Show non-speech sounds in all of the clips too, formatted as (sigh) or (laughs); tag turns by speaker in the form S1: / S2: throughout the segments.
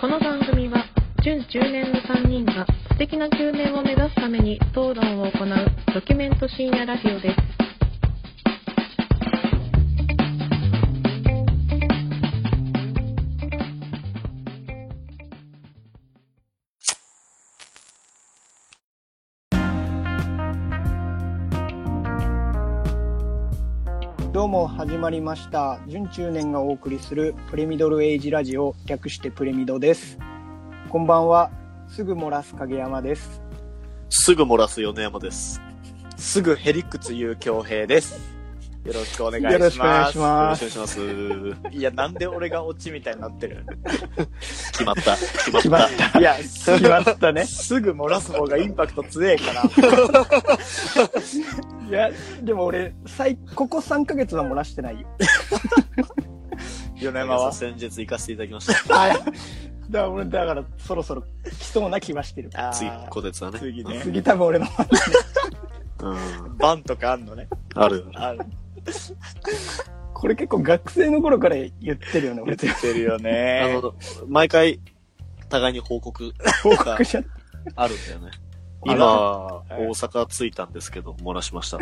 S1: この番組は準10年の3人が素敵な9年を目指すために討論を行うドキュメント深夜ラジオです。
S2: どうも始まりました準中年がお送りするプレミドルエイジラジオ略してプレミドですこんばんはすぐ漏らす影山です
S3: すぐ漏らす米山です。
S4: すぐヘリクツ言う強兵です。よろしくお願いします。
S2: よろしくお願いし
S3: よ
S2: ま
S3: ろ
S2: す
S3: しくお願いしま
S4: いや、なんで俺がオチみたいになってる
S3: す。決まった。決まっ。
S2: 決まった
S4: いや、
S2: た
S4: す
S2: 決
S4: ぐ、
S2: まったね
S4: すぐ漏らす方がインパクト強えから。
S2: いやでも俺最ここ3ヶ月は漏らしてないよ
S4: 米
S3: 米
S4: 山
S3: 山は
S4: は。
S3: 先日行かせていただきました。
S2: はいだから俺だからそろそろ来そうな気はしてる
S4: あー
S3: 次、小鉄だね。
S4: 次ね
S2: 次多分俺の
S3: うん。
S4: バンとかあんのね。
S3: ある。
S4: ある。
S2: これ結構学生の頃から言ってるよね
S4: 言
S2: 俺
S4: ってるよ
S3: あ
S4: ね。
S3: の、毎回、互いに報告
S2: 報告しちゃっ
S3: あるんだよね。
S4: あら
S3: 今、
S4: い
S3: 大阪着いたんですけど、漏らしました。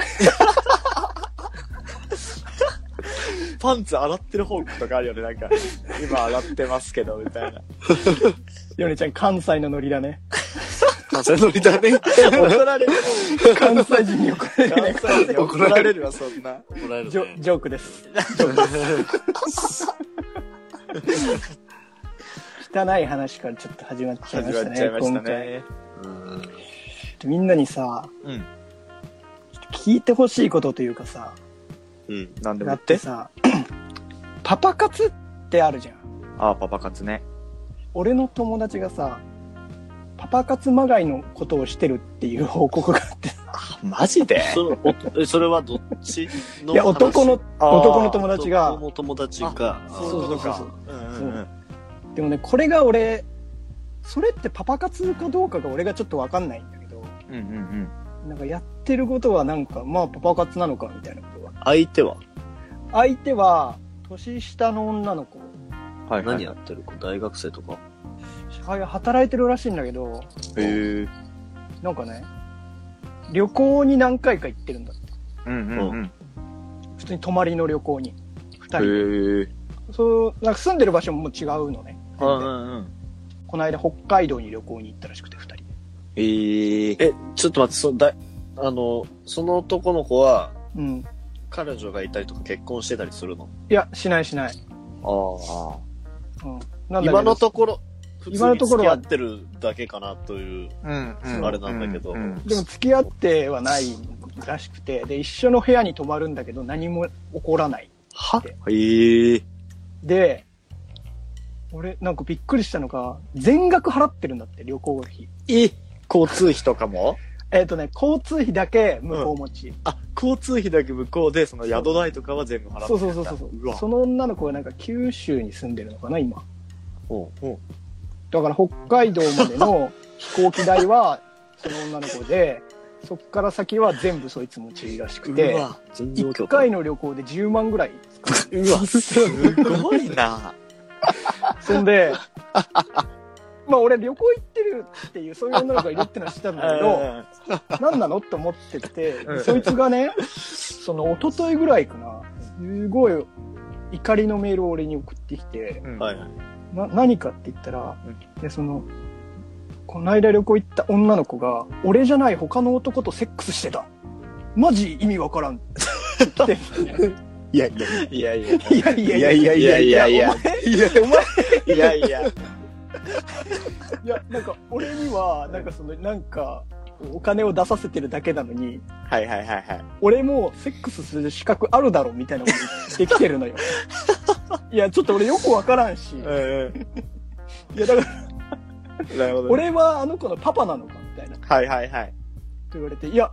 S4: パンツ洗ってる報告とかあるよね。なんか、今洗ってますけど、みたいな。
S2: たヨネちゃん関西のノリだね
S3: 風乗りだ (laughs) ね。
S4: 怒られる。
S2: 関西人に怒られる
S4: 関
S2: ね
S4: 西に (laughs) 怒られるわ、そんな。
S3: 怒られる
S2: ジョ
S3: ね。
S2: ジョークです汚い話からちょっと始まっちゃいま
S4: 始ま
S2: した
S4: っ
S2: ね。
S4: ちゃいました
S2: 今回
S4: ね。
S3: うん
S2: みんなにさ、
S4: うん。
S2: 聞いてほしいことというかさ、
S3: うん。
S4: なんでも言
S2: だ
S4: っ
S2: っ
S4: てて。
S2: さ、パパ活ってあるじゃん。
S4: ああ、パパ活ね。
S2: 俺の友達がさ、パパ活まがいのことをしてるっていう報告があって、
S4: あマジで
S3: それおえそれはどっちの
S2: いや、男の、
S4: あー
S2: 男の友達が
S3: 男、の友達が、
S2: そうそうそうそう
S4: うん
S2: そう
S4: うんうん。
S2: でもね、これが俺、それってパパ活かどうかが俺がちょっとわかんないんだけど、
S4: うんうんうん。
S2: なんかやってることはなんか、まあパパ活なのかみたいなことは。
S3: 相手は
S2: 相手は、年下の女の子。
S4: はい、
S3: 何やってる子大学生とか
S2: 働いてるらしいんだけど、
S4: へえ。
S2: なんかね、旅行に何回か行ってるんだって。
S4: うんうんうん。
S2: 普通に泊まりの旅行に。二人。
S4: へえ。
S2: そう、なんか住んでる場所も違うのね。
S4: うんうんうん。
S2: この間北海道に旅行に行ったらしくて、二人。
S4: ええ。
S3: え、ちょっと待って、そだあの、その男の子は、
S2: うん。
S3: 彼女がいたりとか結婚してたりするの
S2: いや、しないしない。
S3: あ
S2: うん。なんだけど
S3: 今のところ、普通
S2: 今の
S3: に
S2: とこ
S3: 付
S2: ろ
S3: き合
S2: は
S3: ってるだけかなという。
S4: うん
S2: うん
S3: あれなんだけど
S2: でも付き合ってはないらしくて、で、一緒の部屋に泊まるんだけど何も起こらない。
S3: はええ。
S2: で、俺、なんかびっくりしたのが、全額払ってるんだって、旅行費。
S4: え交通費とかも
S2: えっ、とね、交通費だけ向こう持ち。
S4: あ、交通費だけ向こうで、その宿代とかは全部払って
S2: そうそうそうそうそう
S4: うわ。
S2: その女の子はなんか九州に住んでるのかな今
S3: おう
S4: おう
S2: だから北海道までの (laughs) 飛行機代はその女の子でそっから先は全部そいつ持ちらしくて
S3: うわ、全然
S2: 1回の旅行で10万ぐらいう
S3: わ、
S4: すごい
S3: (laughs)
S4: な。
S2: そんで (laughs) まあ俺旅行行ってるっていうそういう女の子がいるってのは知ってたんだけ
S4: (laughs)
S2: ど何なのって思ってて
S4: うん
S2: そいつがねその一昨日ぐらいかなすごい怒りのメールを俺に送ってきて。
S4: うん
S3: はいはい。
S2: な何かって言ったら、
S4: うん
S2: でそのこの間旅行行った女の子が俺じゃない他の男とセックスしてたマジ意味
S4: (laughs)
S2: わからんって言って
S4: いやいやいやいや。
S2: いやいやいや
S4: いやいやいやいやいや
S2: いやお前
S4: いやいや。
S2: いやなんか俺にはなんかそのなんかお金を出させてるだけなのに
S4: はいはいはいはい。
S2: 俺もセックスする資格あるだろみたいなこと言ってきてるのよいやちょっと俺よくわからんし、
S4: うん
S2: いやだから
S4: うん。なるほどね。
S2: 俺はあの子のパパなのかみたいな
S4: はいはいはい。
S2: って言われて、いや、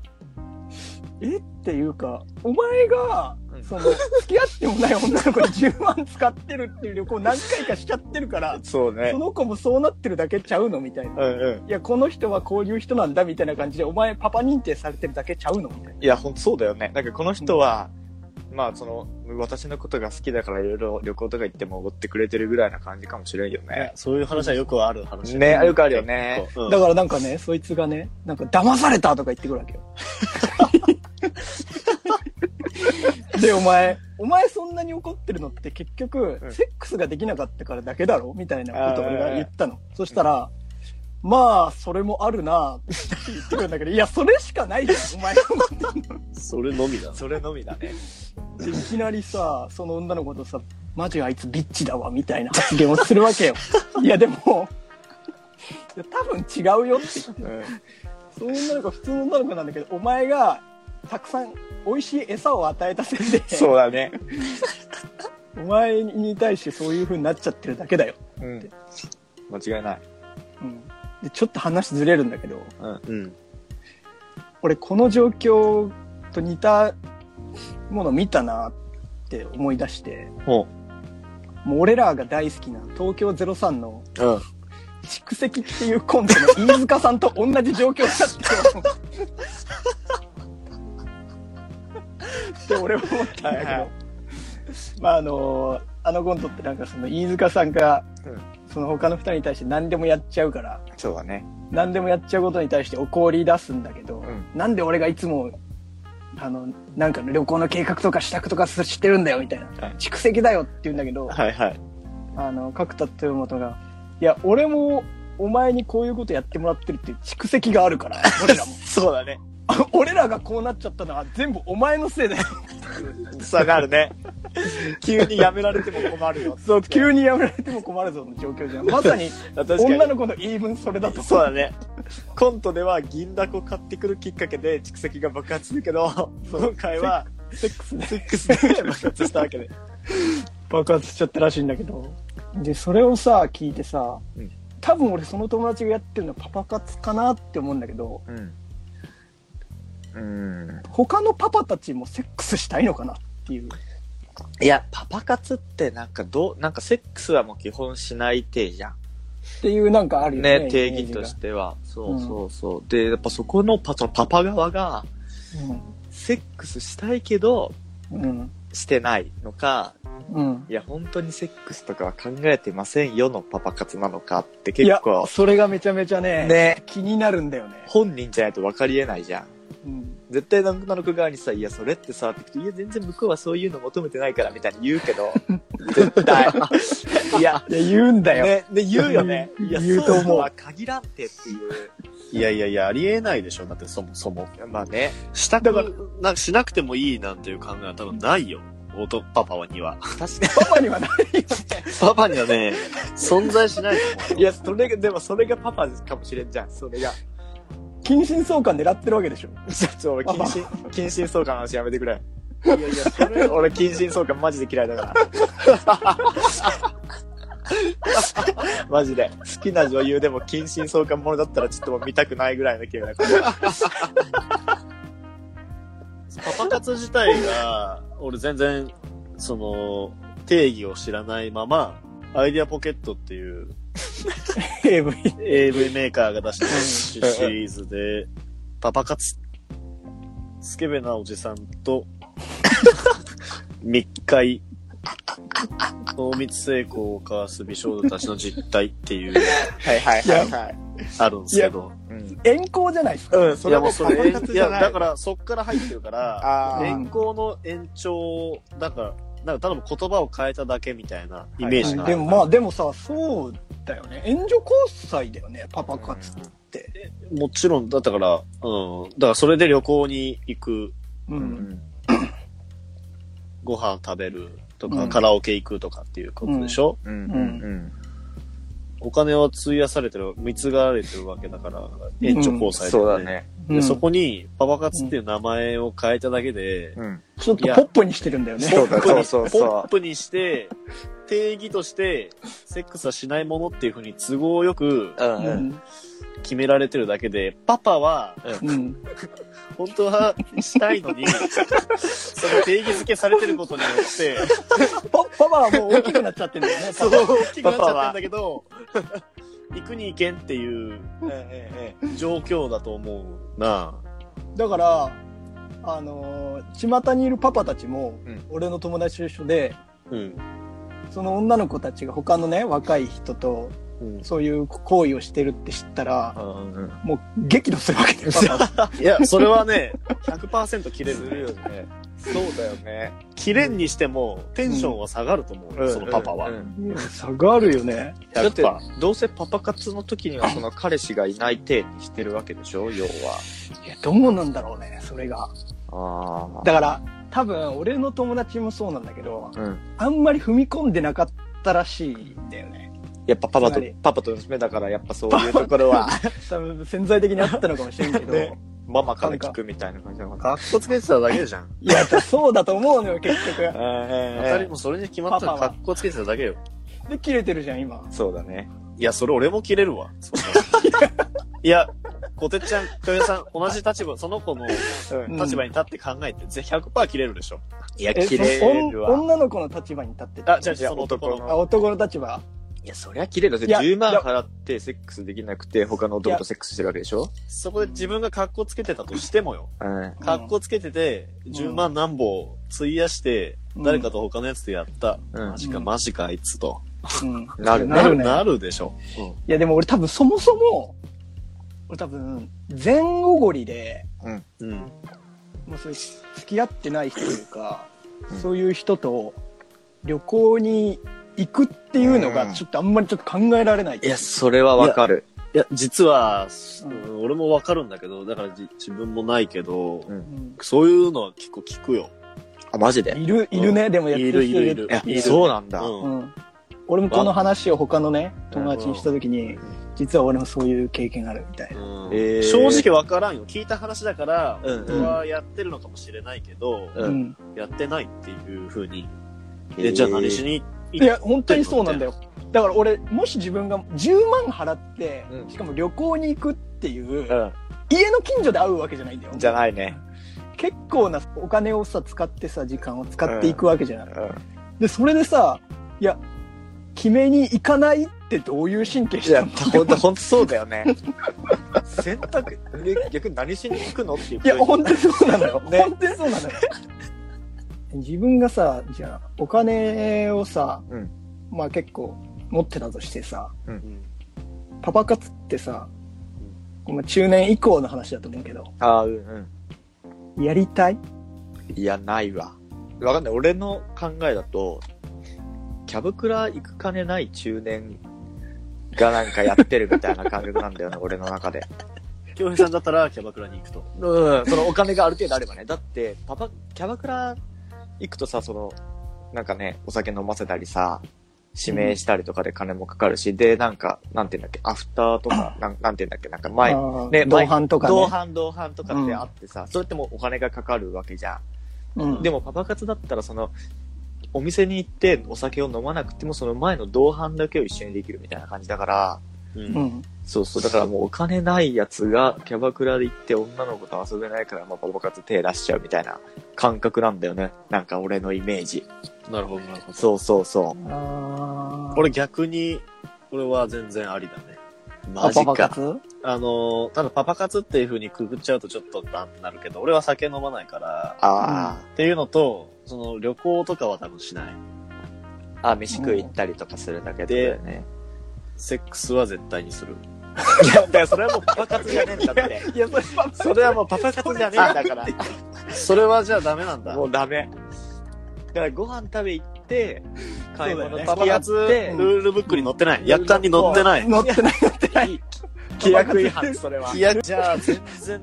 S2: えっていうか、お前が
S4: う、ん
S2: その、付き合ってもない女の子に10万使ってるっていう旅行何回かしちゃってるから、
S4: そうね
S2: そ。の子もそうなってるだけちゃうのみたいな。
S4: うんうん。
S2: いや、この人はこういう人なんだみたいな感じで、お前パパ認定されてるだけちゃうのみたいな。
S4: いや、ほんとそうだよね。なんかこの人は、
S5: まあその私のことが好きだからいろいろ旅行とか行ってもおごってくれてるぐらいな感じかもしれんよね。
S3: そういう話はよくある話
S5: ねよくあるよね。
S3: 結構うん
S2: だからなんかね、そいつがね、なんか騙されたとか言ってくる
S5: (laughs)
S2: わけよ。で、お前、お前そんなに怒ってるのって結局、
S5: うん
S2: セックスができなかったからだけだろみたいなことを俺
S5: あ
S2: が
S5: ー
S2: 言ったの。そしたら、まあ、それもあるなって言ってくるんだけど、いや、それしかないじゃん、お前が思ってんの
S3: それのみだ。
S5: それのみだね。
S2: でいきなりさその女の子とさ「マジあいつビッチだわ」みたいな発言をするわけよいやでもいや多分違うよってその女の子普通の女の子なんだけどお前がたくさん美味しい餌を与えたせいで
S5: そうだね。
S2: お前に対してそういう風になっちゃってるだけだよ、
S5: うん。間違いない。
S2: うん、でちょっと話ずれるんだけど
S5: うん。
S3: うん。
S2: 俺この状況と似たもの見たなって思い出して
S3: ほ
S2: もう俺らが大好きな東京03の
S3: う。うん。
S2: 蓄積っていうコントの飯塚さんと同じ状況だってよって俺は思ったんだけ
S5: はいは
S2: どまああのあのコントってなんかその飯塚さんが、
S5: うん
S2: その他の2人に対して何でもやっちゃうから
S5: そうだね。
S2: 何でもやっちゃうことに対して怒り出すんだけど、
S5: ん
S2: なんで俺がいつもあのなんか旅行の計画とか支度とかすしてるんだよみたいな、
S5: はい
S2: 蓄積だよって言うんだけど、
S3: はいはい。
S2: あの角田豊本が「いや俺もお前にこういうことやってもらってるっていう蓄積があるから (laughs) 俺らも
S5: (laughs) そうだね。
S2: あ俺らがこうなっちゃったのは全部お前のせいだよ
S5: 下がる (laughs) ね。急にやめられても困るよ。
S2: そう急にやめられても困るぞの状況じゃんまさに
S5: (laughs) 確かに。
S2: 女の子の言い分それだと
S5: そうだね。コントでは銀だこ買ってくるきっかけで蓄積が爆発するけ (laughs) ど、今回は
S2: セックスで
S5: セックスで爆発したわけで。
S2: 爆発しちゃったらしいんだけどでそれをさ聞いてさ、
S5: うん
S2: 多分俺その友達がやってるのはパパ活かなって思うんだけど
S5: うん。うん。
S2: 他のパパたちもセックスしたいのかなっていう
S5: いや、パパ活ってなんかどう、なんかセックスはもう基本しない体じゃん。
S2: っていうなんかあるよね
S5: ね、定義としては。そううんそうそう。で、やっぱそこのパそのパパ側が、
S2: イメージが
S5: セックスしたいけど、
S2: うんうん
S5: してないのか、
S2: うん
S5: いや、本当にセックスとかは考えてませんよのパパ活なのかって
S2: い
S5: 結
S2: や
S5: 構、
S2: それがめちゃめちゃね
S5: ね、
S2: 気になるんだよね、
S5: 本人じゃないと分かり得ないじゃん。
S2: うん、
S5: 絶対女の子側にさ、いや、それってさ、って聞くと、いや、全然向こうはそういうの求めてないから、みたいに言う
S2: (laughs)
S5: けど、絶対。いや、
S2: いや言うんだよ、
S5: ね、ね、言うよね。
S2: 言う
S5: いや、
S2: 言うと
S5: そ
S2: 思う
S5: うとは限らんてっていう。
S3: いやいやいや、ありえないでしょ。だってそもそも。
S5: まあね。
S3: した
S2: だから
S3: なんかしなくてもいいなんていう考えは多分ないよ。男パパには。
S5: 確か
S2: パパにはないよね
S3: パパにはね、存在しないと
S5: に。いや、それが、でもそれがパパかもしれんじゃん、それが。
S2: 近親相関狙ってるわけでしょ
S5: ちょっと俺、
S2: パ
S5: 謹
S2: パ
S5: 慎、謹慎相関の話やめてくれ。いやいや、それ、俺、謹慎相関マジで嫌いだから。マジで。好きな女優でも謹慎相関ものだったらちょっともう見たくないぐらいの気分だから。
S3: パパ活自体が、俺全然、その、定義を知らないまま、アイディアポケットっていう
S2: AV
S3: AV メーカーが出してるシリーズで、パパ活、スケベなおじさんと、密会、濃密成功を交わす美少女たちの実態っていう、
S5: はいはいはいはい。
S3: あるんですけど。
S5: うん
S2: 遠行じゃないですか
S5: うん、
S3: い
S5: それ
S3: や、
S5: も
S3: もう
S5: そ
S3: そ
S5: れ
S3: れ、い
S5: パパ活じゃ
S3: や、
S5: ない。
S3: だからそっから入ってるから、
S5: あー
S3: 遠行の延長、だから、なんか多分言葉を変えただけみたいなイメージ
S2: うん
S3: があ
S2: で
S3: る。
S2: もまあでもさそうだよね援助交際だよねパパ活って
S3: もちろん、だったから、うん。だからそれで旅行に行く、
S2: うん、
S5: うん
S3: ご飯食べるとか、
S2: うん
S3: カラオケ行くとかっていうことでしょ、
S5: うんん
S3: お金を費やされてる、貢がれてるわけだから、延長交際
S5: そうだ
S3: ね。
S5: ね。
S2: う
S3: で
S2: ん
S3: そこに、パパ活っていう名前を変えただけで、
S5: うん。
S2: ちょっとポップにしてるんだよね
S5: そうだ
S3: ポップに
S5: そ
S3: ポ
S5: うそうそう
S3: ップにして、定義として、セックスはしないものっていうふうに都合よく
S5: う
S2: うん
S5: うん。
S2: ん
S3: 決められてるだけで、パパは、
S2: うん、
S3: 本当はしたいの
S5: (laughs)
S3: に、その定義づけされてることによって、
S2: パパパはもう大きくなっちゃってるんだよね
S3: そう
S2: パパ
S3: 大きくなっちゃってんだけど、 (laughs) 行くに行けんっていう
S5: うんうん
S3: 状況だと思うな。
S2: だからあのー巷にいるパパたちも、
S5: うん
S2: 俺の友達と一緒で
S3: うん。
S2: その女の子たちが他のね若い人と
S3: うん。
S2: そういう行為をしてるって知ったらもう激怒するわけでパパ
S3: いや、 (laughs) それは
S5: (laughs)
S3: ね、100%切れ
S5: す
S3: る、
S5: るよね。そうだよね。
S3: 切れんにしても、テンションは下がると思うよ、そのパパは。
S5: うんうん
S2: いや下がるよね
S5: だって
S3: 100%。、
S5: どうせパパ活の時にはその彼氏がいない体にしてるわけでしょ要
S2: いやどうなんだろうねそれが
S5: は。あ
S2: だから多分俺の友達もそうなんだけど
S5: あ。うん。
S2: あんまり踏み込んでなかったらしいんだよね
S5: やっぱパパ
S2: つま
S5: と
S2: り、
S5: パパと娘だから、やっぱそういうところは、
S2: 多分潜在的にあったのかもしれんけ
S3: (laughs)
S2: ど、
S5: ねママから聞くみたいな感じなの
S3: か
S5: か
S3: っこつけてただけじゃん。
S2: いやそうだと思うのよ結局
S5: な。うん
S3: 当たりもそれに決まったら
S2: パパは
S3: 格好つけてただけよ。
S2: で切れてるじゃん今
S5: そうだね。
S3: いや、それ俺も切れるわ。 (laughs) いや、こてっちゃん、京平さん、同じ立場、その子の
S5: うん。
S3: 立場に立って考えて、ぜ100%切れるでしょ。
S5: いや、
S2: え
S5: 切れる
S2: そ
S5: わ。
S2: 女の子の立場に立ってて
S3: あ、じゃあ、
S5: いや
S3: その男
S5: 男
S3: の。
S5: の
S2: あ男の立場
S5: いや、そりゃ切れるよ。
S2: いや
S5: 10万
S2: いや
S5: 払ってセックスできなくて、他の男とセックスしてるわけでしょ
S3: そこで自分が格好つけてたとしてもよ。
S5: うん。
S3: 格好つけてて、
S2: ん
S3: 10万何本費やして、
S2: うん
S3: 誰かと他のやつでやった。
S5: うん
S3: マジか、
S2: うん
S3: マジか、あいつと。
S2: うん
S5: なるね
S2: なるね
S3: なるでしょ。
S2: いやでも俺多分そもそも俺多分前おごりで
S3: うん。
S2: もうそういう付き合ってない人というか、
S5: うん
S2: そういう人と旅行に行くっていうの
S5: うん
S2: がちょっとあんまりちょっと考えられない
S5: いや、それはわかる。
S3: いや、実は、
S2: う
S3: うん俺もわかるんだけど、だからじ自分もないけど、
S5: ん
S2: うん
S3: そういうのは結構聞くよ。
S5: あ、マジで
S2: いるいるね、でもやってる人
S3: いるいるいる
S5: いや、そうなんだ。
S3: う。
S2: うんん、俺もこの話を他のね友達にした時に実は俺もそういう経験があるみたいな
S3: うん
S5: えー
S3: 正直わからんよ。聞いた話だから、
S5: うん
S3: 本当はやってるのかもしれないけど、
S5: うん
S2: うん、
S3: やってないっていう風に。
S5: へ
S3: で、
S5: ー
S3: じゃあ何しに
S2: いや本当にそうなんだよだから俺もし自分が10万払って、
S5: うん
S2: しかも旅行に行くっていう、
S5: うん。
S2: 家の近所で会うわけじゃないんだよ
S5: じゃないね。
S2: 結構なお金をさ使ってさ時間を使っていくわけじゃない、
S5: うん。
S2: でそれでさいや決めに行かないってどういう神経し
S5: い
S2: て
S5: や、
S2: んの
S5: ほん (laughs) と、ほんとそうだよね。選択、で逆に何しに行くのっていう。
S2: いや本当にそうなのよ、
S5: ね
S2: 本当にそうなの
S5: (laughs)
S2: よ自分がさじゃあお金をさ、
S5: うん
S2: まあ結構持ってたとしてさ
S3: うん
S2: パパ活ってさ、まあ、中年以降の話だと思うけど
S5: あーうん
S2: やりたい
S5: うん。いや、ないわ。わかんない。俺の考えだと、キャブクラ行く金ない中年がなんかやってるみたいな感覚なんだよね、 (laughs) 俺の中で。
S3: 京平さんだったらキャバクラに行くと。
S5: うん、そのお金がある程度あればね。だって、パパ、キャバクラ行くとさ、その、なんかね、お酒飲ませたりさ、指名したりとかで金もかかるし、で、なんか、なんて言うんだっけ、アフターと
S2: (coughs)
S5: か、なんなんて言うんだっけ、なんか前
S2: あ、ー
S5: ね
S2: 同伴とかね
S5: 同伴同伴とかってあってさ、それってもうお金がかかるわけじゃ
S2: うん
S5: ん。でもパパ活だったらその、お店に行ってお酒を飲まなくてもその前の同伴だけを一緒にできるみたいな感じだから、
S3: う。
S2: うんん
S5: そうそう、だからもうお金ないやつがキャバクラで行って女の子と遊べないからまあパパ活手出しちゃうみたいな感覚なんだよね。なんか俺のイメージ。
S3: なるほど、なるほど。
S5: そうそうそ
S2: あー
S3: 俺逆に、これは全然ありだね。
S5: う。
S2: あ
S5: マジ
S2: パパ
S5: か。
S2: 活
S3: あのー、ただパパ活っていう風にくぐっちゃうとちょっとなんてなるけど、俺は酒飲まないから、
S5: あ
S3: っていうのと、その旅行とかは多分しない。
S5: あ、あ、飯食い行ったりとかするだけでだよね。
S3: セックスは絶対にする。
S5: いや、だからそれはもうパパ活じゃねえんだって。
S2: (laughs) いやそれパパ
S5: (laughs) それはもうパパ活じゃねえんだから。
S3: それはじゃあダメなんだ。
S5: もうダメ。だからご飯食べ行って、買い物
S2: そうだよね
S5: パパやっ
S3: パパ
S5: て
S3: ル
S2: 活、
S3: ールブックに載ってない。やったんに載ってない。
S2: 乗ってない乗ってない
S5: 規約違反、それは。
S3: いや、じゃあ全然、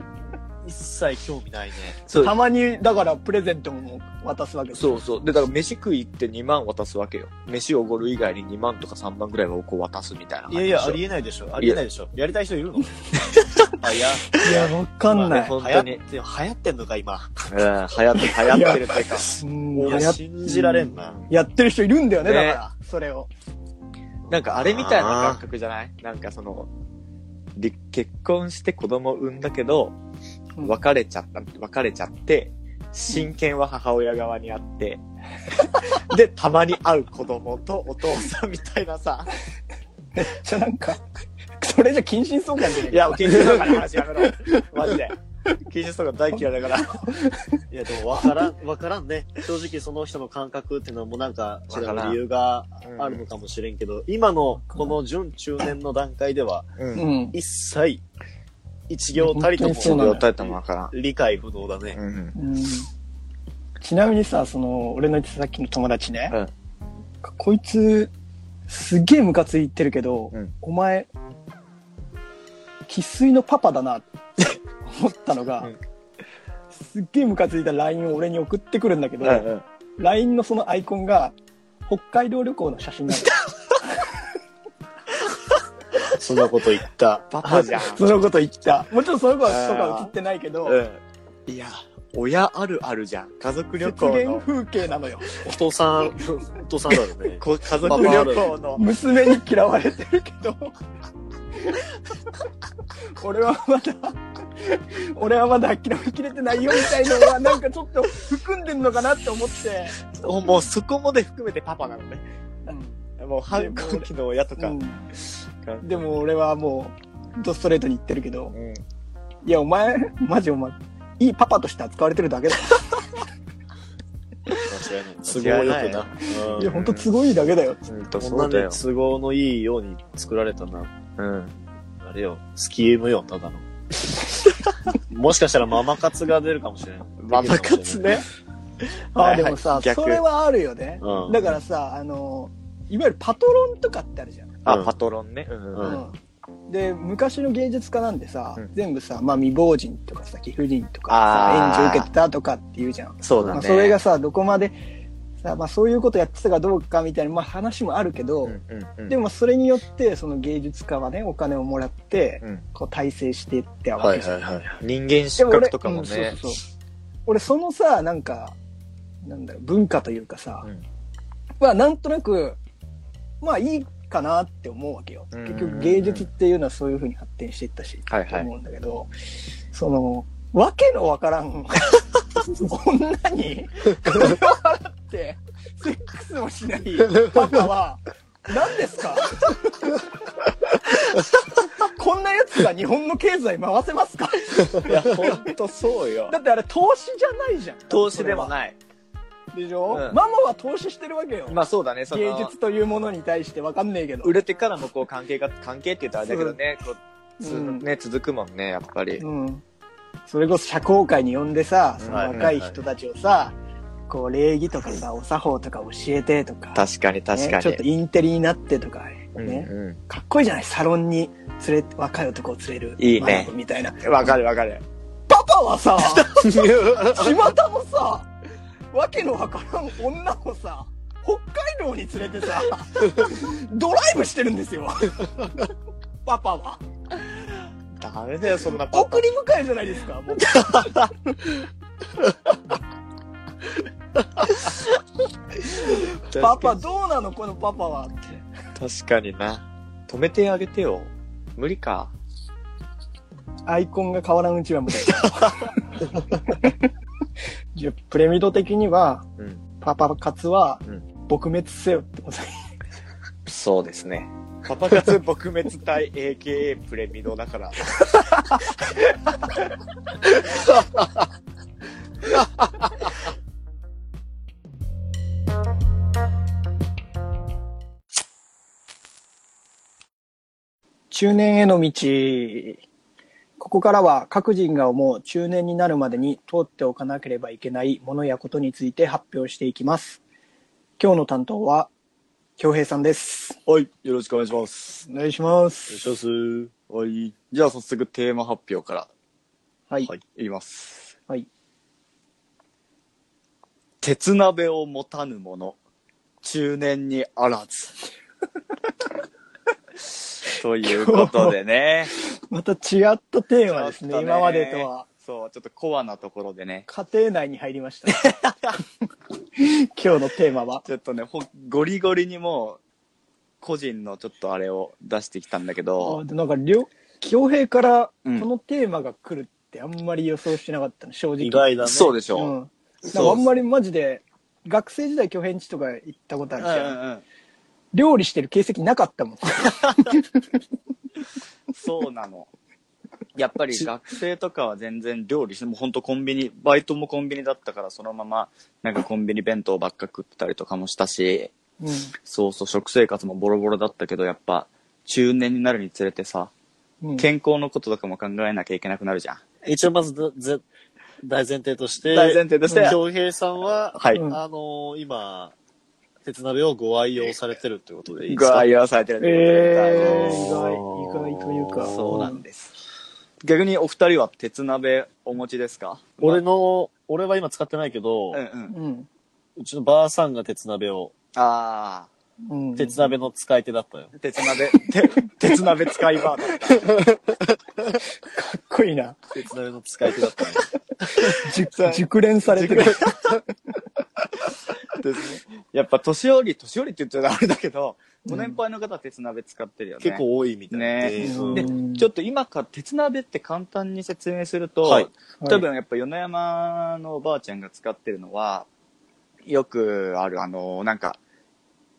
S3: 一切興味ないね。
S5: そう
S2: たまにだからプレゼントも渡すわけです
S5: そうそう。で、だから飯食い行って2万渡すわけよ。飯おごる以外に2万とか3万ぐらいはこう渡すみたいな感
S3: い
S5: じ
S3: やいや、
S5: でしょ。
S3: ありえないでしょ。ありえないでしょ。やりたい人い (laughs) るのあ、いや、
S2: いやわかんない、
S5: まあね本
S3: 流
S5: 当
S3: 行
S5: に
S3: って、流行ってんのか、今。
S5: うん、流行 (laughs) って、流行ってるっていうか。
S2: うん
S3: い
S2: 流行
S3: や、
S2: っ
S3: 信じられんな。
S2: やってる人いるんだよね
S5: ね
S2: だからそれを
S5: なんかあれみたいな感覚じゃないなんかその、り結婚して子供産んだけど、
S2: うん
S5: 別れちゃった、別れちゃって、親権は母親側にあ (laughs) って、で、たまに会う子供とお父さんみたいなさ、
S2: (laughs) じゃなんかそれじゃ謹慎相関じゃねえ
S5: いや、お気に入りだから話やめろ。マジで。芸術とか大嫌いだから。
S3: いや、でも分からん、分 (laughs) からんね。正直その人の感覚っていうのもなんか、違
S5: わか
S3: う
S5: らん
S3: 理由があるのかもしれんけど、今のこの準中年の段階では、
S5: う。
S2: うんん。
S3: 一切、一行たりと
S2: そうなの
S5: 両
S3: も
S2: よ
S5: 体ともわからん。
S3: 理解不能だね。
S5: うん。
S2: うんちなみにさ、その、俺の言ってたさっきの友達ね、
S5: うん
S2: こいつ、すげえムカついてるけど、
S5: うん
S2: お前、生粋のパパだ
S5: (laughs)
S2: なって思ったのが、
S5: うん
S2: すっげえムカついた LINE を俺に送ってくるんだけど、
S5: うんうん。
S2: LINE のそのアイコンが、北海道旅行の写真なの。
S5: (laughs)
S3: そんなこと言った。
S5: パパじゃん。
S2: そのこと言った。もちろんその子はとかは写ってないけど、
S5: うん。いや、親あるあるじゃん。家族旅
S2: 雪
S5: 行
S2: 原
S5: の。
S2: 風景なのよ。
S3: お父さん、お父さんだろうね。
S5: (laughs) こ家族旅行の。
S2: 娘に嫌われてるけど俺はまだ俺はまだ諦めきれてないよみたいのはなんかちょっと含んでんのかなって思って、
S5: おもうそこまで含めてパパなのね。
S2: う
S5: もう反抗期の親とか。
S2: んでも俺はもうドストレートに言ってるけど
S5: うん。
S2: いやお前マジお前いいパパとして扱われてるだけだ、
S3: 間違いない。都合
S5: 間違い
S3: よ
S5: ない
S3: くな。
S2: いや
S3: う
S2: ほんと都合いいだけだよ
S5: うんと、
S3: ん。
S5: そ
S3: こ
S5: うんだ
S3: な
S5: よ
S3: に。都合のいいように作られたな。
S5: うん。
S3: あれよ、スキームよ、ただ
S5: (laughs)
S3: の。もしかしたらママ活が出るかもしれない。
S5: ママ活ね。
S2: あーでもさ
S5: はい逆
S2: それはあるよね、
S3: うん
S2: だからさあのいわゆるパトロンとかってあるじゃん
S5: あ、
S3: うん
S5: パトロンね。うん
S3: う
S5: うんん。
S2: で昔の芸術家なんでさ、
S5: うん
S2: 全部さ、まあ、未亡人とかさ貴婦人とか
S5: あー
S2: さ援助受けてたとかっていうじゃん
S5: そうだ
S2: ま
S5: ね。
S2: あ、それが、さどこまでさ、まあ、そういうことやってたかどうかみたいな、まあ、話もあるけど、
S5: うんうんうん。
S2: で、もそれによってその芸術家はねお金をもらって、
S5: うん。
S2: こう大成していってわ
S3: は
S2: け
S3: い
S2: じゃん、
S3: はいはい。
S5: 人間失
S2: で
S5: 格とかも
S2: うんそう
S5: ね。
S2: そうそう俺そのさなんかなんだろう文化というかさ、
S5: うん
S2: まあなんとなくまあいいかなって思うわけよ
S5: うん
S2: 結局芸術っていうのはそういうふうに発展していったし、
S5: はいはい
S2: と思うんだけどそのわけのわからん (laughs) 女に金を払ってセックスもしないパパは何ですか (laughs) こんなやつが日本の経済回せますか
S5: いや、ほんとそうよ
S2: だ。ってあれ投資じゃないじゃん
S5: 投資でも
S2: い
S5: ない。
S2: でしょ、
S5: うん
S2: ママは投資してるわけよ、
S5: まあそうだね、そ
S2: 芸
S5: の、
S2: 術というものに対してわかんねえけど
S5: 売れてからもこう関係が、関係って言ったらあれだけどね、こう、つ
S2: うん
S5: ね、続くもんね、やっぱり。
S2: うん、それこそ社交界に呼んでさその若い人たちをさ、こう礼儀とかさお作法とか教えてとか
S5: 確かに確か
S2: ねちょっと
S5: に。
S2: インテリになってとか、ね
S5: うんう
S2: かっこいいじゃないサロンに連れ若い男を連れる
S5: いいね。
S2: ママみたいなん
S5: わかるわか (laughs) る。
S2: パパは
S5: (laughs)
S2: さ巷のさわけのわからん女をさ北海道に連れて
S5: (laughs)
S2: さドライブしてるんですよパパは
S5: ダメだよ、そんなパパ
S2: 送。り迎えじゃないですかもうパパどうなのこのパパはって
S5: 確かにな。止めてあげてよ。無理か。
S2: アイコンが変わらんうちは無理じゃあプレミド的には
S5: うん。
S2: パパ活は
S5: うん
S2: 撲滅せよってことだよ
S5: そうですね。パパ活撲滅隊 AKA プレミドだから。
S2: 中年への道ここからは各人が思う中年になるまでに通っておかなければいけないものやことについて発表していきます今日の担当は京平さんです
S5: はい、よろしくお願いします。
S2: お願いしま
S3: よ
S2: す
S3: しよすー。
S5: はい。じゃあ早速テーマ発表から
S2: はい
S3: はい
S5: いきます。
S2: はい
S5: 鉄鍋を持たぬ者、中年にあら (laughs) ず。ということでね。
S2: また違ったテーマですね
S5: ちょっと
S2: 今までとは。
S5: そう、ちょっとコアなところでね。
S2: 家庭内に入りました (laughs) 今日のテーマは
S5: ちょっとね、ほんゴリゴリにもう、個人のちょっとあれを出してきたんだけ
S2: あ
S5: ど、
S2: なんかりょ京平からこ
S5: うん
S2: のテーマが来るってあんまり予想してなかったの正直
S3: 意外だね。
S5: そうでし
S2: う
S5: ょ。
S2: ん、なんかあんまりマジで学生時代巨変地とか行ったことあ
S5: う
S2: る
S5: ん
S2: じ
S5: う
S2: ゃん、
S5: んうん。 (laughs)
S2: 料理してる形跡なかったもん
S5: そうなの。 (laughs) やっぱり学生とかは全然料理して、もう本当コンビニ、バイトもコンビニだったから、そのまま、なんかコンビニ弁当ばっか食ってたりとかもしたし、
S2: うん。
S5: そうそう、食生活もボロボロだったけど、やっぱ、中年になるにつれてさ、
S2: うん
S5: 健康のこととかも考えなきゃいけなくなるじゃん。
S3: 一応まずだぜ、大前提として、
S5: 大前提として、
S3: 京平さんは、
S5: はい
S3: あのー今、鉄鍋をご愛用されてるってことでいいで
S5: ご
S3: すか
S5: 愛用されてるってこと
S2: えー、
S5: で
S2: 意外、意外というか。
S5: そうなんです。逆にお二人は鉄鍋お持ちですか
S3: 俺の、俺は今使ってないけど、
S5: うんうん。
S2: うん。
S3: うちのばあさんが鉄鍋を、
S5: あ
S2: うん。
S3: 鉄鍋の使い手だったよ。
S5: あ、鉄鍋、て (laughs) 鉄鍋使いバーだった。
S2: かっこいいな。
S3: 鉄鍋の使い手だったよ。
S2: 熟熟練 (laughs) されてる。
S5: ですね。やっぱ年寄り、年寄りって言っちゃあれだけど、ご年配の方は鉄鍋使ってるよ
S3: (laughs)
S5: ね。
S3: 結構多いみたい
S5: ね
S3: で
S2: う
S3: うん
S2: ん
S5: で、ちょっと今から鉄鍋って簡単に説明すると、
S3: はい
S2: はい
S5: 多分やっぱ米山のおばあちゃんが使ってるのは、よくある、あの、なんか、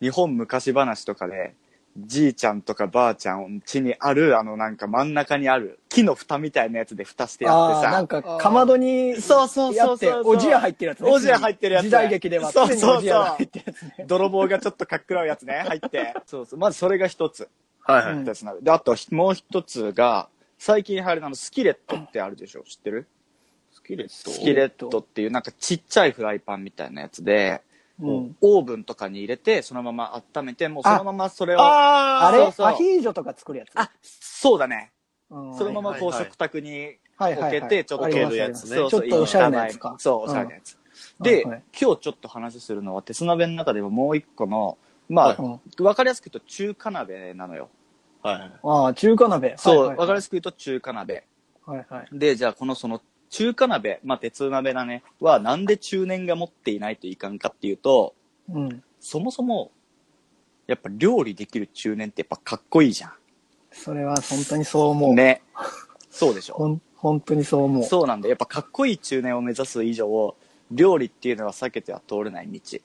S5: 日本昔話とかで、じいちゃんとかばあちゃん家にある、あのなんか真ん中にある木の蓋みたいなやつで蓋してや
S2: あ
S5: っ
S2: あ
S5: て
S2: ー、な
S5: さ
S2: ん、か、かまどに、
S5: そうそうそうそう
S2: やって、おじや入ってるやつね。
S5: おじや入ってるやつね
S2: 時代劇では、
S5: そうそうそう
S2: 常におじやが入ってるやつね。
S5: 泥棒がちょっとかっくらうやつ
S2: (laughs)
S5: ね、入って。そうそう。まずそれが一つ。
S3: はい
S2: はい
S5: ですなで、あともう一つが、最近流行りのあのスキレットってあるでしょ知ってる
S3: スキレット
S5: スキレットっていうなんかちっちゃいフライパンみたいなやつで、
S2: うん。
S5: オーブンとかに入れて、そのまま温めて、もうそのままそれを、
S2: あ
S3: あ
S2: れ
S5: そうそう
S2: アヒージョとか作るやつ。
S5: あそうだね。
S2: うん
S5: そのままこう
S3: はいはいはい
S5: 食卓に
S2: はい
S5: 置
S2: はい
S5: け
S2: はい
S5: て、ちょっと
S2: あります
S3: 置けるやつね
S5: そうそう
S2: ちょっとおしゃれなやつか
S5: そう、おしゃれなやつ。
S2: うん
S5: で、
S2: はい
S5: 今日ちょっと話するのは、鉄鍋の中でももう一個の、まあ、
S2: うん
S5: わかりやすく言うと中華鍋なのよ。
S3: はいはい。
S2: ああ、中華鍋。
S5: そう、わ、
S2: はいはい
S5: かりやすく言うと中華鍋。
S2: はいはい。
S5: で、じゃあこのその中華鍋、まあ鉄鍋だね、はなんで中年が持っていないといかんかっていうと、
S2: うん。
S5: そもそも、やっぱ料理できる中年ってやっぱかっこいいじゃ
S2: それは本当にそう思
S5: ん。
S2: う。
S5: ね。そうでし
S2: ほ
S5: ょ。
S2: ん、本当にそう思う。
S5: そうなんで、やっぱかっこいい中年を目指す以上、料理っていうのは避けては通れない道。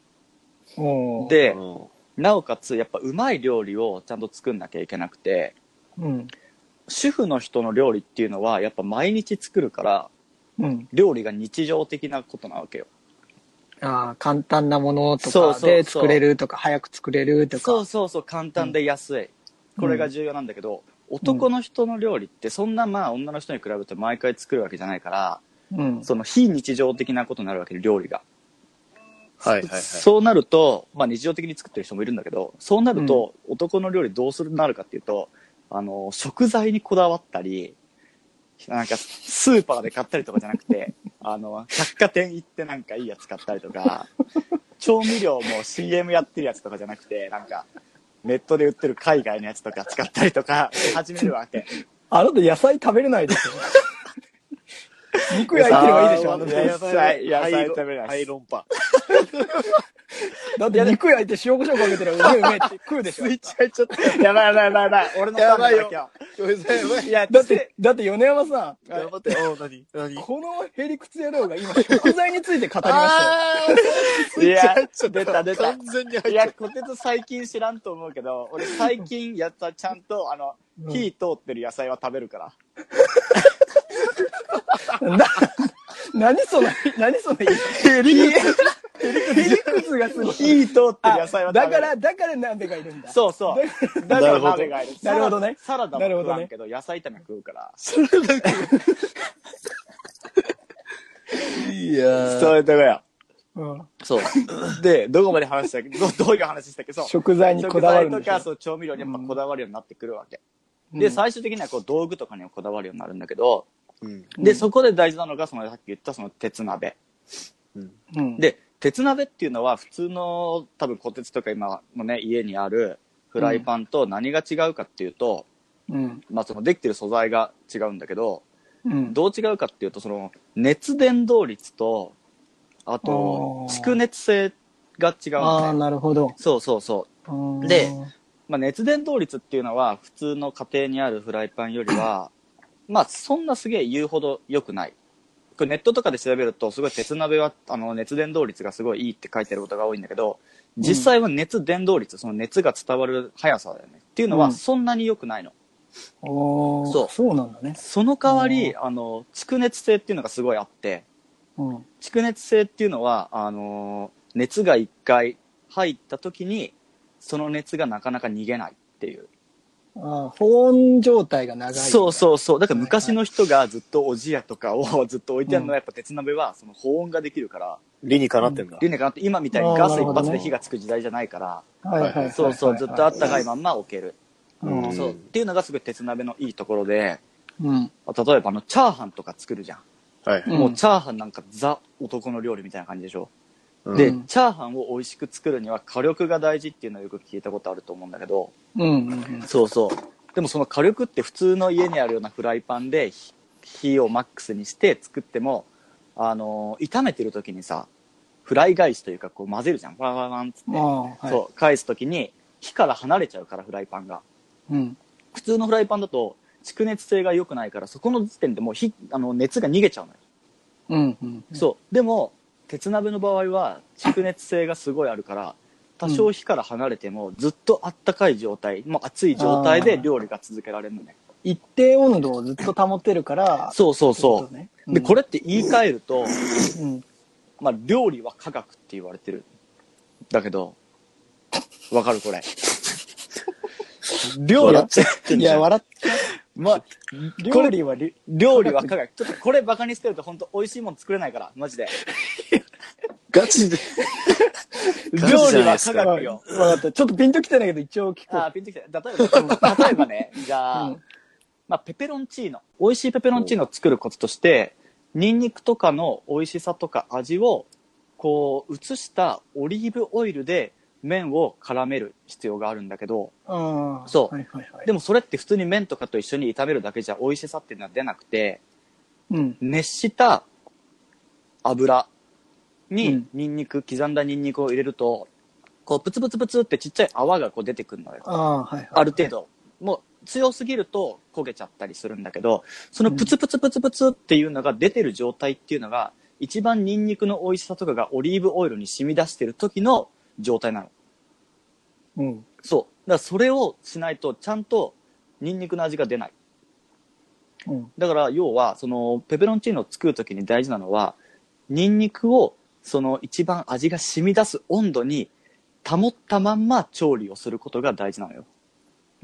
S2: うん、
S5: で
S3: う、ん
S5: なおかつやっぱうまい料理をちゃんと作んなきゃいけなくて、
S2: うん。
S5: 主婦の人の料理っていうのはやっぱ毎日作るから、
S2: うん。
S5: 料理が日常的なことなわけよ。
S2: ああ、簡単なものと
S5: そう
S2: か
S5: そうそう
S2: で作れるとか、早く作れるとか。
S5: そうそうそう簡単で安い、これが重要なんだけど、男の人の料理ってそんなまあ女の人に比べて毎回作るわけじゃないから、
S2: うん。
S5: その非日常的なことになるわけで料理が、
S3: はいはいはい。
S5: そうなると、まあ、日常的に作ってる人もいるんだけどそうなると男の料理どうするなるかっていうとあの食材にこだわったりなんかスーパーで買ったりとかじゃな
S3: (laughs)
S5: くてあの百貨店行ってなんかいいやつ買ったりとか調味料も CM やってるやつとかじゃなくてなんかネットで売ってる海外のやつとか使ったり
S3: (laughs)
S5: とか始めるわけ
S2: あなた野菜食べれないでしょ肉焼いてればいいでしょあなた
S5: 野菜野菜食べない
S3: アイロン (laughs) パン。
S2: だって肉焼いて塩コショウかけてればうめえうめえって食うでしょ
S3: スイッチ入っちゃったよ。
S5: やばいやばいやばいやばい俺の
S3: や
S5: た
S3: ば
S5: め
S3: い
S5: だ
S3: よ
S5: 今
S3: ごめんなさい、やばい。
S5: 日いや
S2: だって、だって米山さん、
S3: 頑張って。おう、なになに
S2: このヘリクツ野郎が今食材について語りましたよ。
S3: あース (laughs) イッチ入っちゃった。
S5: いや出た出た
S3: 完全に入
S5: い
S3: っちゃ
S5: や、
S3: っ
S5: こてつ最近知らんと思うけど、俺最近やったちゃん
S2: (laughs)
S5: と、あの、
S2: うん
S5: 火通ってる野菜は食べるから。
S2: な、何その、何その言い方、ヘリクツ、ヘリクツがすごい。
S5: 火通ってる野菜は
S2: あ
S5: 食べ
S2: だ
S5: る。
S2: から、だから鍋がいるんだ。
S5: そうそう。だから鍋がいる。
S2: なるほどね
S5: サラダも
S2: なるほ
S5: 食
S2: ど
S5: わ
S2: ね
S5: んけど、野菜炒め食うから。
S3: た。いや
S5: そういうとこよ。
S2: うん
S5: そう。で、どこまで話したっけどどういう話したっけそう。
S2: 食材にこだわるん
S5: 食材
S2: でしょ
S5: とか、そう、調味料にやっぱこだわるようになってくるわけ。
S2: うん
S5: で、最終的にはこう、道具とかにもこだわるようになるんだけど、
S3: うん。
S5: で、
S2: うん
S5: そこで大事なのが、その、さっき言ったその鉄鍋。
S2: うん
S5: で、鉄鍋っていうのは普通の多分小鉄とか今のね、家にあるフライパンと何が違うかっていうと、
S2: うん。
S5: まあそのできてる素材が違うんだけど、
S2: うん。
S5: どう違うかっていうとその熱伝導率と、あと
S2: あー
S5: 蓄熱性が違うん
S2: あ
S5: だ
S2: あ、
S5: ね。
S2: なるほど。
S5: そうそうそう。
S2: うん
S5: でまあ、熱伝導率っていうのは普通の家庭にあるフライパンよりは、まあそんなすげえ言うほど良くない。これネットとかで調べるとすごい鉄鍋はあの熱伝導率がすごいいいって書いてあることが多いんだけど、実際は熱伝導率、その熱が伝わる速さだよね。っていうの
S2: う
S5: は
S2: ん
S5: そんなに良くないの。
S2: おー
S5: そう
S2: そうなんだね。
S5: その代わり、あの、蓄熱性っていうのがすごいあって、
S2: うん。
S5: 蓄熱性っていうのは、あのー熱が一回入った時に、その熱がなかなか逃げないっていう。
S2: ああ、保温状態が長い。
S5: そう
S2: う。
S5: そうそう。だから昔の人がずっとおじやとかをずっと置いてあるのは、やっぱ鉄鍋はその保温ができるから、
S3: 理にかなってんだ。
S5: 理念かなって今みたいにガス
S2: あー
S5: 一
S2: なるほど
S5: 発
S2: ね
S5: で火がつく時代じゃないから、
S2: はいはいはいはい。
S5: そうそう、ずっとあったかいまんま置ける。
S2: うん。
S5: そう。っていうのがすごい鉄鍋のいいところで、
S2: うん。
S5: 例えばあの、チャーハンとか作るじゃん。
S3: はい。
S2: うん
S5: もうチャーハンなんかザ男の料理みたいな感じでしょ。
S3: うん
S5: で、
S2: うん
S5: チャーハンを美味しく作るには火力が大事っていうのをよく聞いたことあると思うんだけど、
S2: うんうん。
S5: そうそう。でもその火力って普通の家にあるようなフライパンで火火をマックスにして作っても、あのー炒めてる時にさ、フライ返しというかこう混ぜるじゃん。パラパラパランつって。
S2: ああ、はい。
S5: そう、返す時に火から離れちゃうからフライパンが。
S2: うん。
S5: 普通のフライパンだと蓄熱性が良くないから、そこの時点でもう火、あの、熱が逃げちゃうのよ。
S2: うんうん。
S5: そう。でも、鉄鍋の場合は、蓄熱性がすごいあるから、多少火から離れても、ずっとあったかい状態、もう熱い状態で料理が続けられるのね。
S2: 一定温度をずっと保ってるから、
S5: そうそう
S2: ってこ
S5: そ
S2: とね
S5: う。で、これ、って言い換えると、
S2: うん。
S5: まあ、料理は科学って言われてる。だけど、わかるこれ。料
S3: 笑
S5: 理は
S3: っ、ちゃってん
S2: い
S3: じゃ
S2: や、
S3: ん。
S2: 笑って、
S5: まあ、
S2: 料理はり、
S5: 料理は科学。ちょっとこれバカにしてると本当美味しいもん作れないから、マジで。
S3: ガチで。
S5: 料
S3: ガチじゃ
S5: 理
S3: ないで
S5: は
S3: す
S5: 科
S3: か
S5: 学よ。
S2: わかった。ちょっとピンときてないけど、一応聞こ
S5: あー
S2: う。
S5: ピンときた。例えば、例えばね、じゃあ、
S2: うん
S5: まあ、ペペロンチーノ。美味しいペペロンチーノを作るコツとして、ニンニクとかの美味しさとか味を、こう、移したオリーブオイルで麺を絡める必要があるんだけど、
S2: ああ。
S5: そう
S2: はいはいはい。
S5: でもそれって普通に麺とかと一緒に炒めるだけじゃ美味しさっていうのは出なくて、
S2: うん。
S5: 熱した油
S2: う
S5: に
S2: ん
S5: ニンニク、刻んだニンニクを入れると、こう、プツプツプツってちっちゃい泡がこう出てくるのよ。
S2: ああ、はいはい。
S5: ある程度。もう強すぎると焦げちゃったりするんだけど、そのプツプツプツプツっていうのが出てる状態っていうのが、一番ニンニクの美味しさとかがオリーブオイルに染み出してる時の状態なの。
S2: うん。
S5: そう。だからそれをしないとちゃんとニンニクの味が出ない。
S2: うん。
S5: だから要は、そのペペロンチーノを作る時に大事なのは、ニンニクをその一番味が染み出す温度に保ったまんま調理をすることが大事なのよ。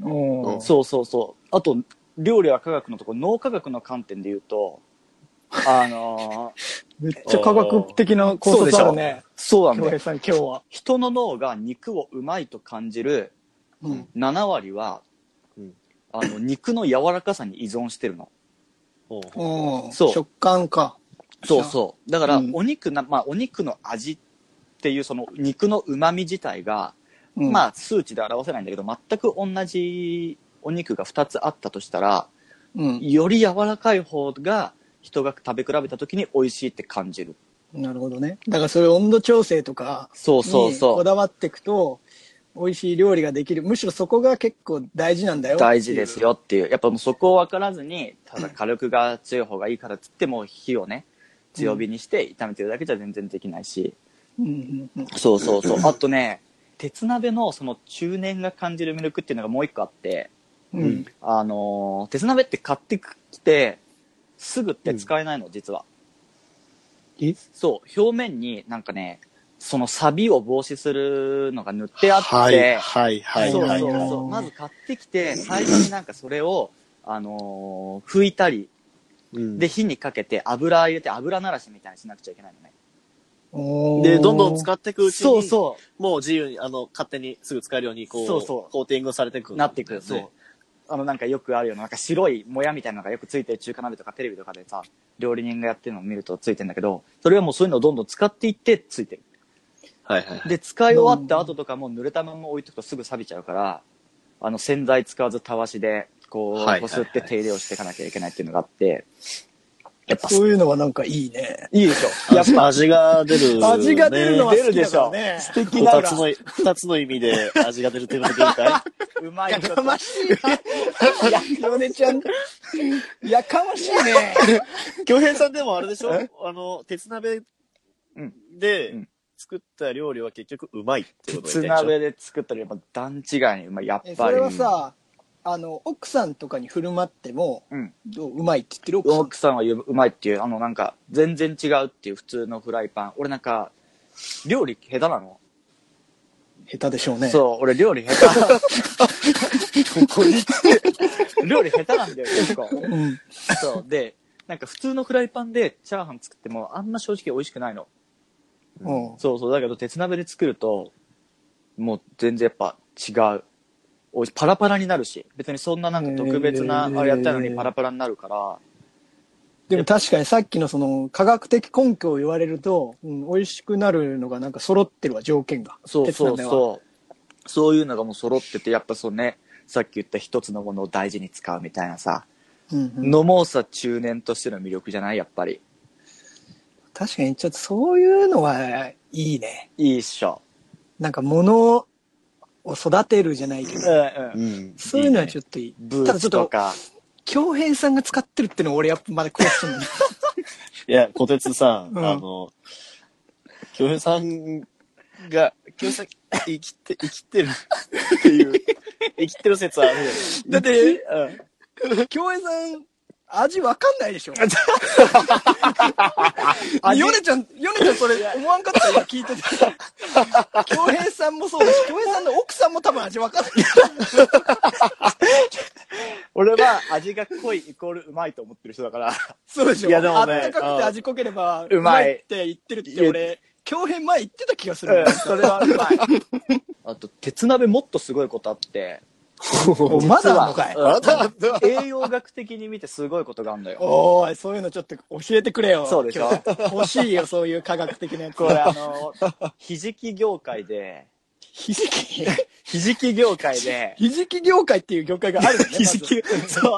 S2: おー
S5: そうそうそう。あと、料理は科学のところ、脳科学の観点で言うと、あの (laughs) ー
S2: めっちゃ科学的な考察あるね。
S5: そうなん
S2: 京
S5: だ
S2: 平
S5: よ。
S2: さん、今日は。
S5: 人の脳が肉をうまいと感じる
S2: うん。
S5: 7割は、
S3: うん
S5: あの、肉の柔らかさに依存してるの。
S3: うん
S2: おー
S5: そう
S2: 食感か。
S5: そうそう。だから、
S2: うん
S5: お肉な、まあ、お肉の味っていう、その肉の旨味自体が、
S2: うん
S5: まあ、数値で表せないんだけど、全く同じお肉が2つあったとしたら、
S2: うん。
S5: より柔らかい方が人が食べ比べた時に美味しいって感じる。
S2: なるほどね。だからそういう温度調整とか、
S5: そうそう
S2: に
S5: そ
S2: こ
S5: う。
S2: だわっていくと、美味しい料理ができる。むしろそこが結構大事なんだよ。
S5: 大事です。よっていう。やっぱもうそこを分からずに、ただ火力が強い方がいいからっつってもう火をね、強火にして炒めてるだけじゃ全然できないし。
S2: うんうんうん。
S5: そうそうそう。あとね、鉄鍋のその中年が感じる魅力っていうのがもう一個あって、
S2: うん。
S5: あのー鉄鍋って買ってきて、すぐって使えないの、実は。
S2: え
S5: そう、表面になんかね、その錆を防止するのが塗ってあって、
S3: はい、はい、は
S2: はい
S3: い、
S5: そう
S3: は
S5: そう
S3: い。
S2: はい
S5: そう。まず買ってきて、最初になんかそれを、あのー拭いたり、
S3: うん
S5: で、火にかけて油入れて油ならしみたいにしなくちゃいけないのね。
S3: で、どんどん使
S2: っ
S3: っていくうちに、
S5: そうそ
S3: もう自由に、あの、勝手にすぐ使えるように、こう、
S5: そうそう
S3: コーティングされていく、
S5: う。なってくる。そ
S3: そう
S5: う。。あの、なんかよくあるような、なんか白いもやみたいなのがよくついてる中華鍋とかテレビとかでさ、料理人がやってるのを見るとついてんだけど、それはもうそういうのをどんどん使っていってついてる。
S3: はい、はい。
S5: で、使い終わった後とかも濡れたまま置いとくとすぐ錆びちゃうから、あの、洗剤使わずたわしで、こ
S3: は
S5: う、
S3: いはいはい
S5: こすって手入れをしていかなきゃいけないっていうのがあって、やっぱ、
S2: そういうのはなんかいいね。
S5: い
S2: (laughs)
S5: いでしょ。
S3: やっぱ味が出る、
S2: 味が出るのは
S5: 出
S2: 好
S5: る
S2: き
S5: で
S2: だ
S5: し
S2: から
S5: ょ
S2: ね。素敵な
S3: 二つの、二つの意味で味が出るということでいいか
S5: うまい
S2: や
S5: 人
S2: かましいな。や、ヨネちゃん。やかましいね。
S3: い京平さんでもあれでしょあの、鉄鍋
S5: うんう
S3: で
S5: ん
S3: 作った料理は結局うまいってこと
S5: 鉄
S3: でしょ
S5: 鍋で作ったらやっぱ段違いにうまい、やっ
S2: えそ
S5: ぱり。
S2: れはさ、あの奥さんとかに振る舞っても、
S5: うん
S2: どううまいって言ってる奥さん
S5: 奥さんはううまいっていう、あの、なんか、全然違うっていう普通のフライパン。俺なんか、料理下手なの。
S2: 下手でしょうね
S5: そう、俺料理下手。 (laughs) ここに料理下手なんだよ、結構。
S2: うん、
S5: そう。で、なんか普通のフライパンでチャーハン作っても、あんま正直美味しくないの。
S2: うん
S5: そうそう。だけど、鉄鍋で作ると、もう全然やっぱ違う。おいパラパラになるし、別にそんななんか特別な、
S2: へー
S5: あれやったのにパラパラになるから、
S2: でも確かにさっきのその科学的根拠を言われると、うん、美味しくなるのがなんか揃ってるわ条件が
S5: そうそう
S2: 鉄鍋は
S5: そう。そういうのがもう揃ってて、やっぱそうね、さっき言った一つのものを大事に使うみたいなさ、
S2: うんうん
S5: のもさ、中年としての魅力じゃないやっぱり。
S2: 確かにちょっとそういうのはいいね
S5: いいっしょ。
S2: なんか物を育てるじゃないけ
S5: う
S2: ど
S5: んうん。
S3: ん。
S2: そういうのはちょっといい
S5: ブ
S2: ただ
S5: ー
S2: ちょ
S5: ツ
S2: っと
S5: とか。
S2: 恭平さんが使ってるってのは俺やっぱまだクエスチョン
S3: いや、小鉄さん、
S2: うん
S3: あの、京平さんが、京平さん生きて、生きてるっていう、生きてる説あるよね。
S2: だって恭平さん味わかんないで
S5: (laughs)
S2: しょヨネちゃん、ヨネちゃんそれ思わんかった今聞い
S5: (laughs)
S2: てて。恭平さんもそうだし、恭平さんの奥さんも多分味わかんない。
S5: 俺は味が濃いイコールうまいと思ってる人だから。
S2: そうでしょ
S3: いやでもね
S2: あったかくて味濃ければ
S5: うん
S2: うまいって言ってるって俺、恭平前言ってた気がする。
S5: それはうまい。 (laughs) あと、鉄鍋もっとすごいことあって、
S2: おまだあんのかい。
S3: あなたは、
S5: 栄養学的に見てすごいことがあるのよ。
S2: おーい、そういうのちょっと教えてくれよ。
S5: そうでしょ
S2: 今日欲しいよ、そういう科学的なやつ。
S5: これあの、ひじき業界で、
S2: ひじき、
S5: ひじき業界
S2: (laughs)
S5: で、
S2: ひじき業界っていう業界があるよね。
S5: (laughs) ひじき、そう、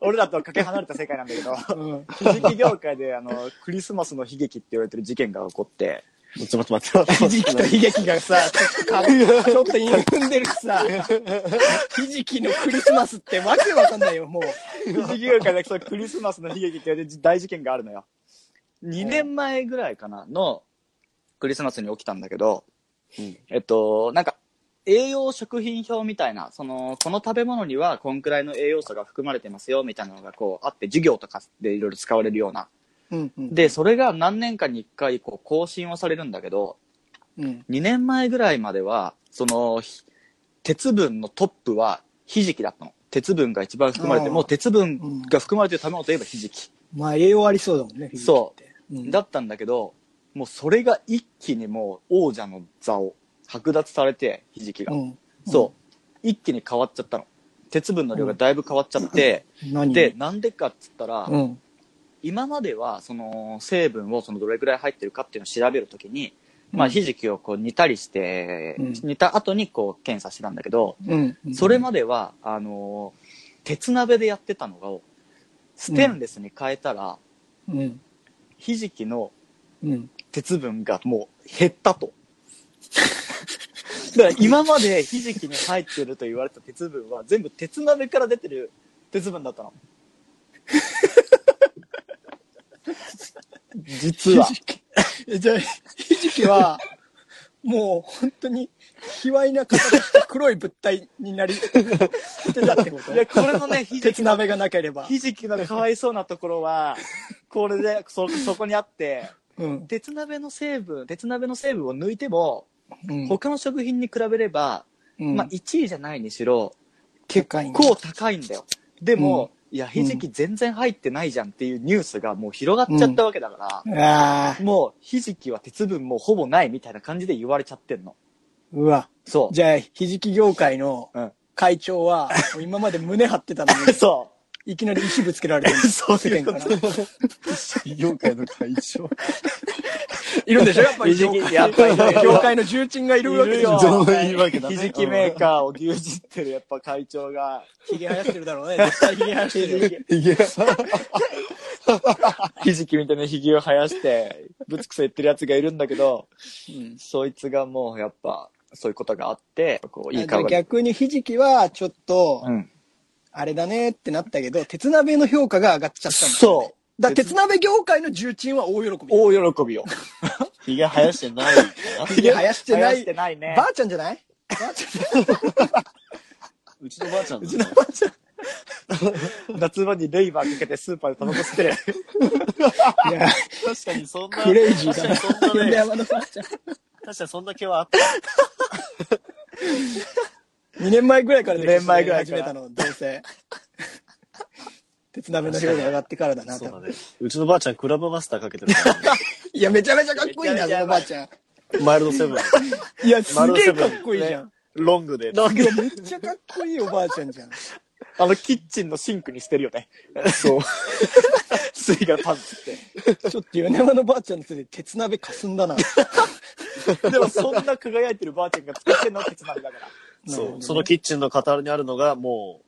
S5: 俺らとはかけ離れた世界なんだけど、
S2: まず。うん
S5: ひじき業界で、あの、クリスマスの悲劇って言われてる事件が起こって、
S3: ちょっと待って待って待
S2: ひ
S3: って。
S2: じきと悲劇がさ、ちょっとちょっと韻踏んでるしさ、ひじきのクリスマスってわけわかんないよ、もう。
S5: ひじき業界でそうクリスマスの悲劇って言われてる大事件があるのよ。2年前ぐらいかな、のクリスマスに起きたんだけど、
S3: うん
S5: えっと、なんか、栄養食品表みたいな、その、この食べ物にはこんくらいの栄養素が含まれてますよ、みたいなのがこう、あって、授業とかでいろいろ使われるような。
S2: うんうん
S5: で、それが何年かに1回、こう、更新はされるんだけど、
S2: うん
S5: 2年前ぐらいまでは、その、ひ鉄分のトップはひじきだったの。鉄分が一番含まれて
S2: あ
S5: る、
S2: ー
S5: もう鉄分が含まれてる食べ物といえばひじき。
S2: まあ栄養ありそうだもんね、う
S5: だったんだけど、もうそれが一気にもう王者の座を剥奪されて、ひじきが。
S2: うん
S5: そう。一気に変わっちゃったの。鉄分の量がだいぶ変わっちゃって、
S2: 何
S5: で、、なんでかっつったら、
S2: うん。
S5: 今まではその成分をそのどれくらい入ってるかっていうのを調べるときに、まあ、ひじきをこう煮たりして、
S2: うん
S5: 煮た後にこう検査してたんだけど、
S2: うん。
S5: それまでは、あのー鉄鍋でやってたのを、ステンレスに変えたら、
S2: うん。
S5: ひじきの
S2: うん。
S5: 鉄分がもう減ったと。だから今までひじきに入ってると言われた鉄分は全部鉄鍋から出てる鉄分だったの。実は。
S2: えじゃあ、ひじきは、もう本当に、卑猥な形した黒い物体に (laughs) なり、してたってこ
S5: いや、
S2: と
S5: これの (laughs) ね、ひじ
S2: 鉄
S5: きの、
S2: 鍋がなければ。
S5: ひじきのかわいそうなところは、これ (laughs) で、そ、そこにあって、
S2: うん。
S5: 鉄鍋の成分、鉄鍋の成分を抜いても、
S2: うん
S5: 他の食品に比べれば、
S2: うん
S5: まあ1位じゃないにしろ、結
S2: 高いんだ
S5: 構高いんだよ。でも、いや、ひじき全然入ってないじゃんっていうニュースがもう広がっちゃったわけだから、
S2: ああ、
S5: もうひじきは鉄分もうほぼないみたいな感じで言われちゃってんの。
S2: うわ。
S5: そう。
S2: じゃあ、ひじき業界の
S5: うん
S2: 会長は、もう今まで胸張ってた (laughs) のに、
S5: (laughs) そ
S2: いきなり石ぶつけられてる。世間から。
S3: 業界の会長。
S2: (laughs) いるんでしょやっぱり。
S5: ひじきやっぱり
S2: 業界の重鎮がいるわけでしょ
S5: いるよ
S3: 言い訳
S5: う。ひじきメーカーを牛耳ってるやっぱ会長が、
S2: ひげ生やしてるだろうね。絶対ひげ生やしてるよ。
S3: いや、
S5: (laughs) ひじきみたいなひげを生やして、ぶつくさ言ってるやつがいるんだけど、
S2: うん
S5: そいつがもうやっぱ、そういうことがあって、こう、いい
S2: じゃあ
S5: 顔が。
S2: 逆にひじきはちょっと、
S5: うん。
S2: あれだねってなったけど、鉄鍋の評価が上がっちゃったんだ、。
S5: そう
S2: だから鉄鍋業界の重鎮は大喜び。
S5: 大喜びを。
S3: ひげ生やしてない。
S2: ひげ生やしてな
S5: 生や
S2: い。
S5: してないね。
S2: ばあちゃんじゃないばあちゃんじゃないう
S3: ち
S5: ちのばあちゃん
S4: う
S5: だ
S4: ちのばあちゃん。
S5: (laughs) 夏場にレイバーかけてスーパーでタバコ吸ってる。
S2: いや、
S3: 確かにそんな、
S2: クレイジー (laughs) だな。
S3: 確かにそんな
S2: 米
S3: ね、
S2: 山のばあちゃん。
S3: 確かにそんな気はあった。
S2: 2年前ぐらいからで
S5: 二年前ぐらい
S2: 始
S5: から
S2: めたの、どうせ。 (laughs) 鉄鍋の料理上がってからだな、
S3: そう
S2: 多分
S3: だね。うちのばあちゃん、クラブマスターかけてるからね、
S2: いや、めちゃめちゃかっこいいな、
S4: めちゃめち
S2: そ
S4: ゃ
S2: のばあちゃん。
S3: (laughs) マイルドセブン。
S2: いや、すげえかっこいいじゃん。
S3: ロングで。
S2: いや、めっちゃかっこいいおばあちゃんじゃん。
S5: あの、キッチンのシンクに捨てるよね。そう。水がパンツって。
S2: ちょっと米山のばあちゃんのせいで鉄鍋かすんだな。
S5: でもそんな輝いてるばあちゃんが使ってんのってつまりだから。
S2: なる
S3: そ
S2: ほど
S3: う。
S2: ね
S3: そのキッチンのカタールにあるのが、もう、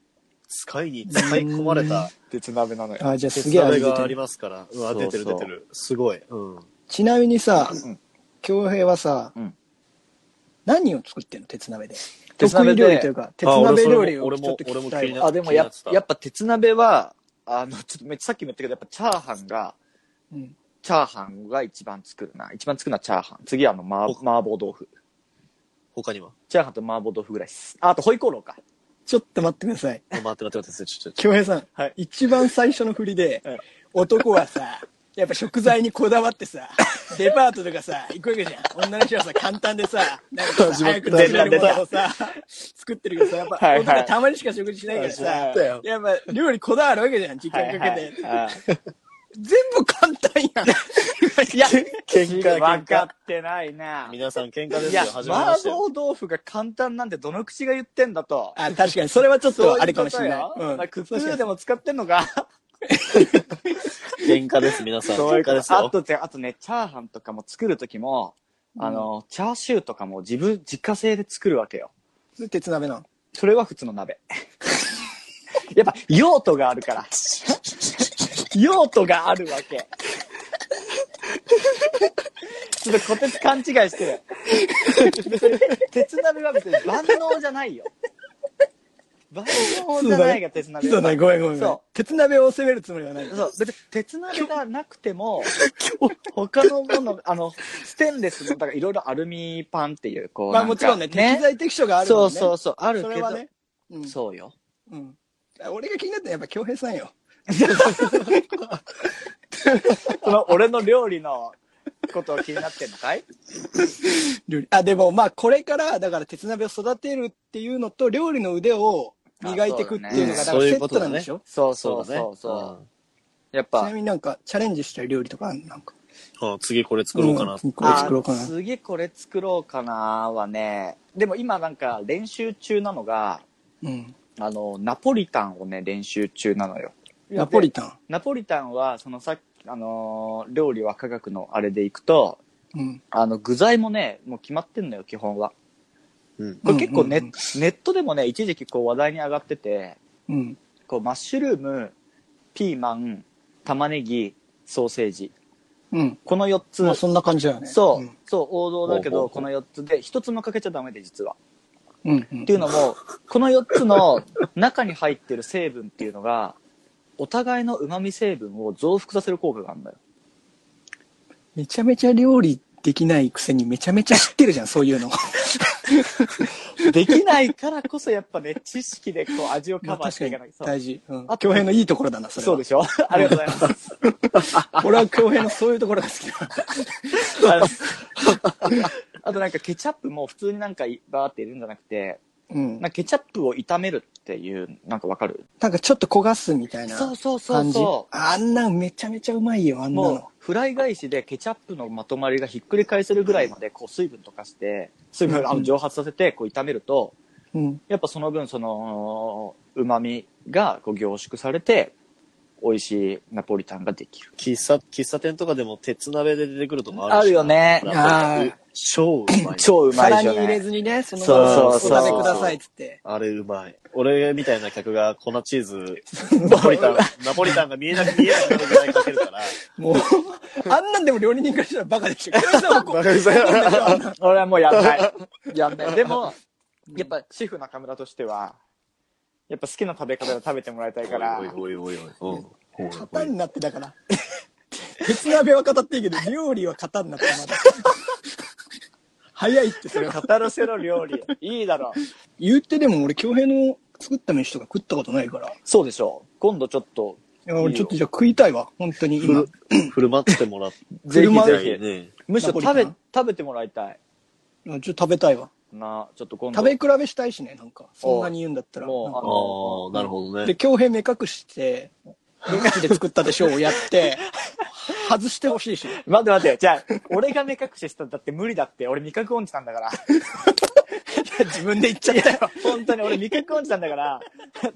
S3: 使いに使い込まれた
S5: 鉄鍋なのよ。
S2: あ、じゃあす
S3: 鉄
S2: げえあれ
S3: 鍋
S2: 出
S3: があ
S2: て
S3: り
S2: る。
S3: ますから。うわ、
S4: そうそ
S3: 出
S4: う
S3: てる出てる。すごい。うん。
S2: ちなみにさ
S5: うん、
S2: 京平はさ
S5: うん、
S2: 何を作ってんの鉄鍋で。
S4: 鉄鍋で
S2: 得意料理というか、鉄鍋料理
S3: あ
S2: を
S3: 俺
S2: ちょっ
S3: そ
S2: と
S3: れ
S2: 聞
S3: も俺
S2: き
S3: も
S2: たい
S3: 俺も気に
S2: わ
S3: な。
S4: あ、でもや
S3: 気になってた
S4: やっぱ鉄鍋は、あの、ちょっとめっちゃさっきも言ったけど、やっぱチャーハンが、
S2: うん
S4: チャーハンが一番作るな。一番作るのはチャーハン。次はあの、麻
S3: お
S4: 麻婆豆腐。
S3: 他には
S4: チャーハンと麻婆豆腐ぐらいです。あ、あと、ホイコーローか。
S2: ちょっと待ってください。
S3: 待って待って待って、ちょっと。
S2: 京平さん、
S5: はい
S2: 一番最初の振りで、男はさ、やっぱ食材にこだわってさ、デパートとかさ、行くわけじゃん。女の人はさ、簡単でさ、なんかさ、早く作れるものをさ、作ってるけどさ、やっぱ、
S5: はいはい
S2: 男はたまにしか食事しないからさ、
S3: よ
S2: やっぱ料理こだわるわけじゃん、時間かけて。
S5: あ
S2: 全部簡単やん。
S5: いや、
S3: 喧嘩
S5: 分
S3: 喧
S5: か
S3: 嘩。
S5: ってないな。
S3: 皆さん喧嘩で
S5: い
S3: すよ。
S5: や、
S3: 初めま
S5: 麻
S3: して。
S5: 婆豆腐が簡単なんてどの口が言ってんだと。
S2: あ、確かに、それはちょっ
S5: そういうこと
S2: とあれかもしれない
S5: よ。
S2: うん
S5: まあクックーでも使ってんのか。
S3: 喧嘩です、皆さん。
S5: そう
S3: 喧
S5: いうこ
S3: 嘩
S5: と
S3: です
S5: あ
S3: よ。
S5: とで、あとね、チャーハンとかも作るときも、あの、チャーシューとかも自分、自家製で作るわけよ。
S2: それ鉄鍋なの。
S5: それは普通の鍋。 (laughs) やっぱ、用途があるから。 (laughs) 用途があるわけ。 (laughs) ちょっとこてつ勘違いしてる。 (laughs) 鉄鍋は別に万能じゃないよ。万能じゃないが鉄鍋は
S2: そうだね、ごめんごめんごめん
S5: そ。
S2: 鉄鍋を責めるつもりはない。
S5: そう、別に鉄鍋がなくても、他のもの、あの、ステンレスの、だからいろいろアルミパンっていう、こう。
S2: まあ
S5: な
S2: も
S5: か
S2: ちろんね、適材適所があるも
S5: そ
S2: ん
S5: う
S2: ね。
S5: そうそう、ある
S2: そ
S5: け
S2: れ
S5: ど
S2: は。ね。うん
S5: そうよ。
S2: うん、俺が気になったのはやっぱ恭平さんよ。
S5: その、俺の料理のことを気になってんのかい
S2: 料理あでもまあこれからだから鉄鍋を育てるっていうのと料理の腕を磨いていくっていうのがだ
S3: そ
S5: あ
S2: から
S3: うだね
S2: セットなんでしょ、
S5: (laughs) そう
S3: そ
S5: そうう
S3: だね
S5: そうそう。やっぱ
S2: ちな、みになんかチャレンジしたい料理とかあるのなんか
S3: うん。うん次これ作ろうかな。
S2: んこれ作ろうか
S5: あ
S2: な
S5: 次これ作ろうかなはね、でも今なんか練習中なのが、
S2: うん
S5: あの、ナポリタンをね、練習中なのよ。
S2: ナポリタン
S5: ナポリタンは、そのさっき、あのー料理は科学のあれでいくと、
S2: うん、
S5: あの、具材もね、もう決まってんのよ、基本は。
S3: うん。
S5: これ結構ネ,、
S2: うんうん
S5: ネットでもね、一時期こう話題に上がってて、
S2: うん、
S5: こう、マッシュルーム、ピーマン、玉ねぎ、ソーセージ。
S2: うん、
S5: この4つ。
S2: まあそんな感じだよね
S5: そう、
S2: ん
S5: そう、王道だけ
S3: ほうほ
S5: ど、
S3: うほ
S5: こ
S3: う
S5: の4つで、1つもかけちゃダメで、実は。
S2: うんうん
S5: っていうのも、この4つの中に入ってる成分っていうのが、お互いの旨味成分を増幅させる効果があるんだよ。
S2: めちゃめちゃ料理できないくせにめちゃめちゃ知ってるじゃんそう
S5: (laughs)
S2: いうの
S5: できないからこそやっぱね、知識でこう味を
S2: ま
S5: カ
S2: あ
S5: バーし
S2: 確
S5: て
S2: か
S5: い
S2: に
S5: かなきゃ。そう
S2: 大事うん
S5: あ
S2: 恭平、のいいところだなそれ
S5: そう
S2: は
S5: でしょありがとうございます。
S2: 俺は恭平のそういうところが好きだ
S5: あとなんかケチャップも普通になんかバーって入れるんじゃなくて、
S2: うん
S5: なんかケチャップを炒めるっていう、なんかわかる
S2: なんかちょっと焦がすみたいな
S5: そうそうそ
S2: 感じ
S5: うそ
S2: あんなんめちゃめちゃうまいよあ
S5: う。
S2: んな
S5: もう
S2: の
S5: フライ返しでケチャップのまとまりがひっくり返せるぐらいまでこう水分溶かして、水分あ
S2: う
S5: の
S2: ん
S5: 蒸発させてこう炒めると、
S2: うん
S5: やっぱその分その旨味がこう凝縮されて、美味しいナポリタンができる。
S3: 喫茶、喫茶店とかでも鉄鍋で出てくるとこある
S5: あるよ。ね。
S3: やっぱり
S2: あー
S3: 超うまい。
S5: 超うまい
S2: 皿に
S5: じゃ
S2: 入
S5: な
S2: れ
S5: い。
S2: ずにねその
S5: そう
S2: ままお
S5: そう
S3: そう
S2: 食べくださいっつって
S3: あれうまい。俺みたいな客が粉チー
S2: (laughs)
S3: ズ、ナポリタン、ナポリタンが見えなく見えなくなるぐらいかけるから。
S2: もう (laughs) あんなんでも料理人からしたらバカでしょ黒井さんは (laughs) こう
S5: 俺はもうやん (laughs) ない。やんない。でも、やっぱシェフ中村としては、やっぱ好きな食べ方で食べてもらいたいから
S3: おい、おいおいおいおい。うん
S2: 型になってだから (laughs) 鉄鍋は語っていいけど料理は型になってま (laughs) だ早いってそれは
S5: 語らせろ料理。いいだろう。
S2: 言ってでも俺恭平の作った飯とか食ったことないから。い
S5: そうでしょう。今度ちょっと、
S2: や、俺ちょっとじゃあ食いたいわ。本当に
S3: ふ
S2: 今
S3: る。振る舞ってもらって
S5: ぜひ
S2: 車
S5: ぜひ。
S3: ね。
S5: むしろ
S2: ナ
S5: 食
S2: ポリ
S5: べ、
S2: タン
S5: 食べてもらいたい。
S2: うんちょっと食べたいわ。
S5: な、ちょっと今度。
S2: 食べ比べしたいしね、なんか。そんなに言うんだったら。
S5: も
S2: な
S5: う
S2: んか
S5: あ
S3: あ
S5: の
S3: あ、なるほど
S2: で、
S3: ね。
S2: 京平目隠して、どっちで作ったでしょうをやって、外してほしいし。
S5: 待って待って、じゃあ、俺が目隠ししたんだって無理だって、俺味覚音痴なんだから。
S2: 自分で言っちゃったよ。
S5: 本当に俺味覚音痴なんだから。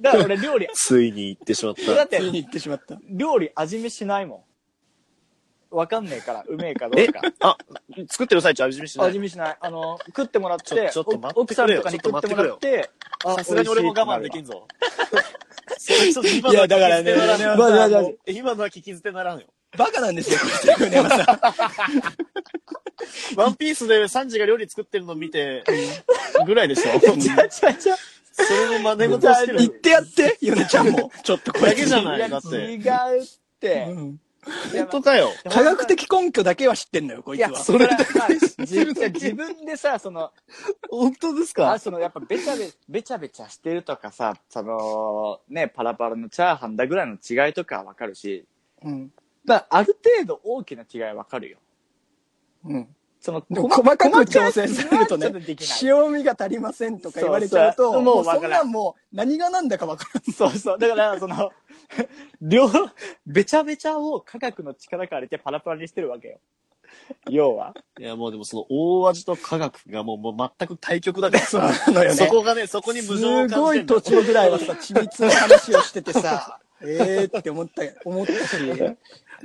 S5: だから俺料理、
S3: ついに行ってしまっ。
S5: だったて
S3: (laughs)
S2: ついに行ってしまった。
S5: 料理味見しないもん。わかんねえから、うめえかどうか。
S3: あ、作ってる最中味見しない
S5: 味。見しない。あの、食ってもらっ
S3: ちょ
S5: て、
S3: ちょっと待って
S5: お奥さんとかに
S3: ちょっと待
S5: 食って
S3: って
S5: も
S3: くれ
S5: ら
S3: よ
S5: って、
S3: さすがに俺も我慢できん
S2: (laughs)
S5: ぞ。
S3: ぞ。それちょっと今
S2: いやだからね
S3: 聞き捨てならん
S2: まあまあまあ
S3: もう今のは聞き捨てならんよ。
S2: バカなんですよ、これ米山さん。
S3: ワンピースでサンジが料理作ってるの見て、ぐらいで
S2: (laughs)
S3: しょ。
S5: じゃあ
S3: (laughs)
S5: じゃあじゃあ
S3: それの真似事をして
S2: 言っ
S3: る
S2: てやって、ヨネちゃんも。ちょっとこ
S3: だ
S2: れ
S3: けじゃ
S5: い
S3: な
S5: や
S3: い。だって。
S5: 違うって。
S2: うん
S3: 本当かよ。
S2: 科学的根拠だけは知ってんのよ、こい
S5: い
S2: つ
S5: や、
S2: は。
S5: それは、まあ、自分自分でさ、その、
S3: 本当です
S5: あそのやっぱべちゃべべちゃべちゃしてるとかさそのねパラパラのチャーハンだぐらいの違いとかはわかるし
S2: うん。
S5: だからある程度大きな違いわかるよ
S2: うん。
S5: その
S2: でも細かく調整されるとね
S5: 細かくはちょっできない
S2: 塩味が足りませんとか言われちゃう
S5: そうそ
S2: と、
S5: うもう
S2: もうそ
S5: わ
S2: ん
S5: から
S2: なんんもう何がなんだかわからん。
S5: そうそうだからその両べちゃべちゃを科学の力借りてパラパラにしてるわけよ
S2: (laughs)
S5: 要はい
S3: や、もうでもその大味と科学がもうもう全く対極だから。
S2: (laughs) そうなのよね
S3: そこがね、そこに無
S2: す
S3: 情を感
S2: ご
S3: じて
S2: い
S3: んだよ
S2: 途中ぐらいはさ、緻密な話をしててさ、 (laughs) えーって思った、思ったし、 (laughs)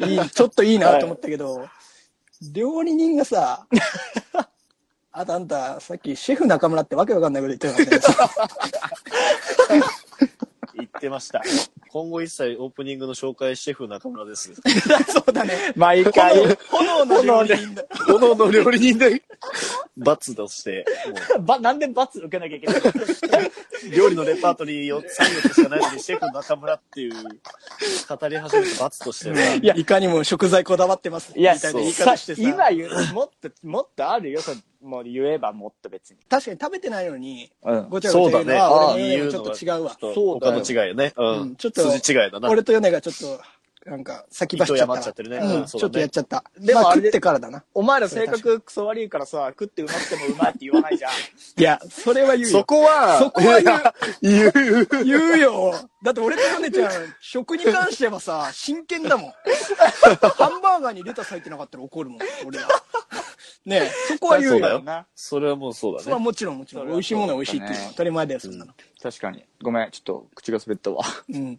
S2: いい、ちょっといいなと思ったけど、料理人が (laughs) さ、あとあんた、さっきシェフ中村ってわけわかんないこと言ってなかったよ
S3: 言ってました。今後一切オープニングの紹介シェフ中村です。
S2: ね。 (laughs) そうだね。
S5: 毎回
S2: (laughs) 炎の料理人だ。
S3: 炎の料理人で、罰として、も
S5: (laughs) ばなんで罰受けなきゃいけないの
S3: う料理のレパートリーを作るしかないのに、シェフ中村っていう、語り始めて罰として
S2: いやいかにも食材こだわってます。
S5: いや
S2: みたい
S5: そ
S2: な
S5: う
S2: 言い
S5: さ
S2: 方してさ。
S5: 今言うもっともっとあるよそのもう言えばもっと別に
S2: 確かに食べてないのに、
S5: うん
S2: ごちゃごちゃ言うの
S3: そうだ
S2: は、
S3: ね
S2: 俺のよりちょっと違うわ。
S3: と
S5: そうだ
S3: 他
S5: よ
S3: の違いよね。う
S2: うん
S3: ん。
S2: ちょっと
S3: 筋違いだな。
S2: 俺とヨネがちょっと、なんか、先走っちゃった
S3: 勢い余っちゃってるね
S2: うん
S3: うん
S2: ち
S3: そう
S2: ょ
S3: だね
S2: っとやっちゃった。
S5: で
S2: で
S5: も
S2: も、まあ、
S5: あれ
S2: 食ってからだな。
S5: お前ら性格クソ悪いからさ、食ってうまくてもうまいって言わないじゃん。
S2: いや、それは言うよ。
S3: こは
S2: そこは
S3: 言う。言う。
S2: 言うよ。だって俺とヨネちゃん、食に関してはさ、真剣だも (laughs) ん。ハンバーガーにレタス入ってなかったら怒るもん、俺ら。ねえ、そこは言う
S3: そうだ
S2: よ。
S3: よそれはもうそう
S2: そ
S3: だ
S2: れは
S3: ね。
S2: もちろんもちろん。美味しいものは美味しいっていうのは当たり前だよ、そんなの。
S5: 確かに。ごめん、ちょっと口が滑ったわ。
S2: うん。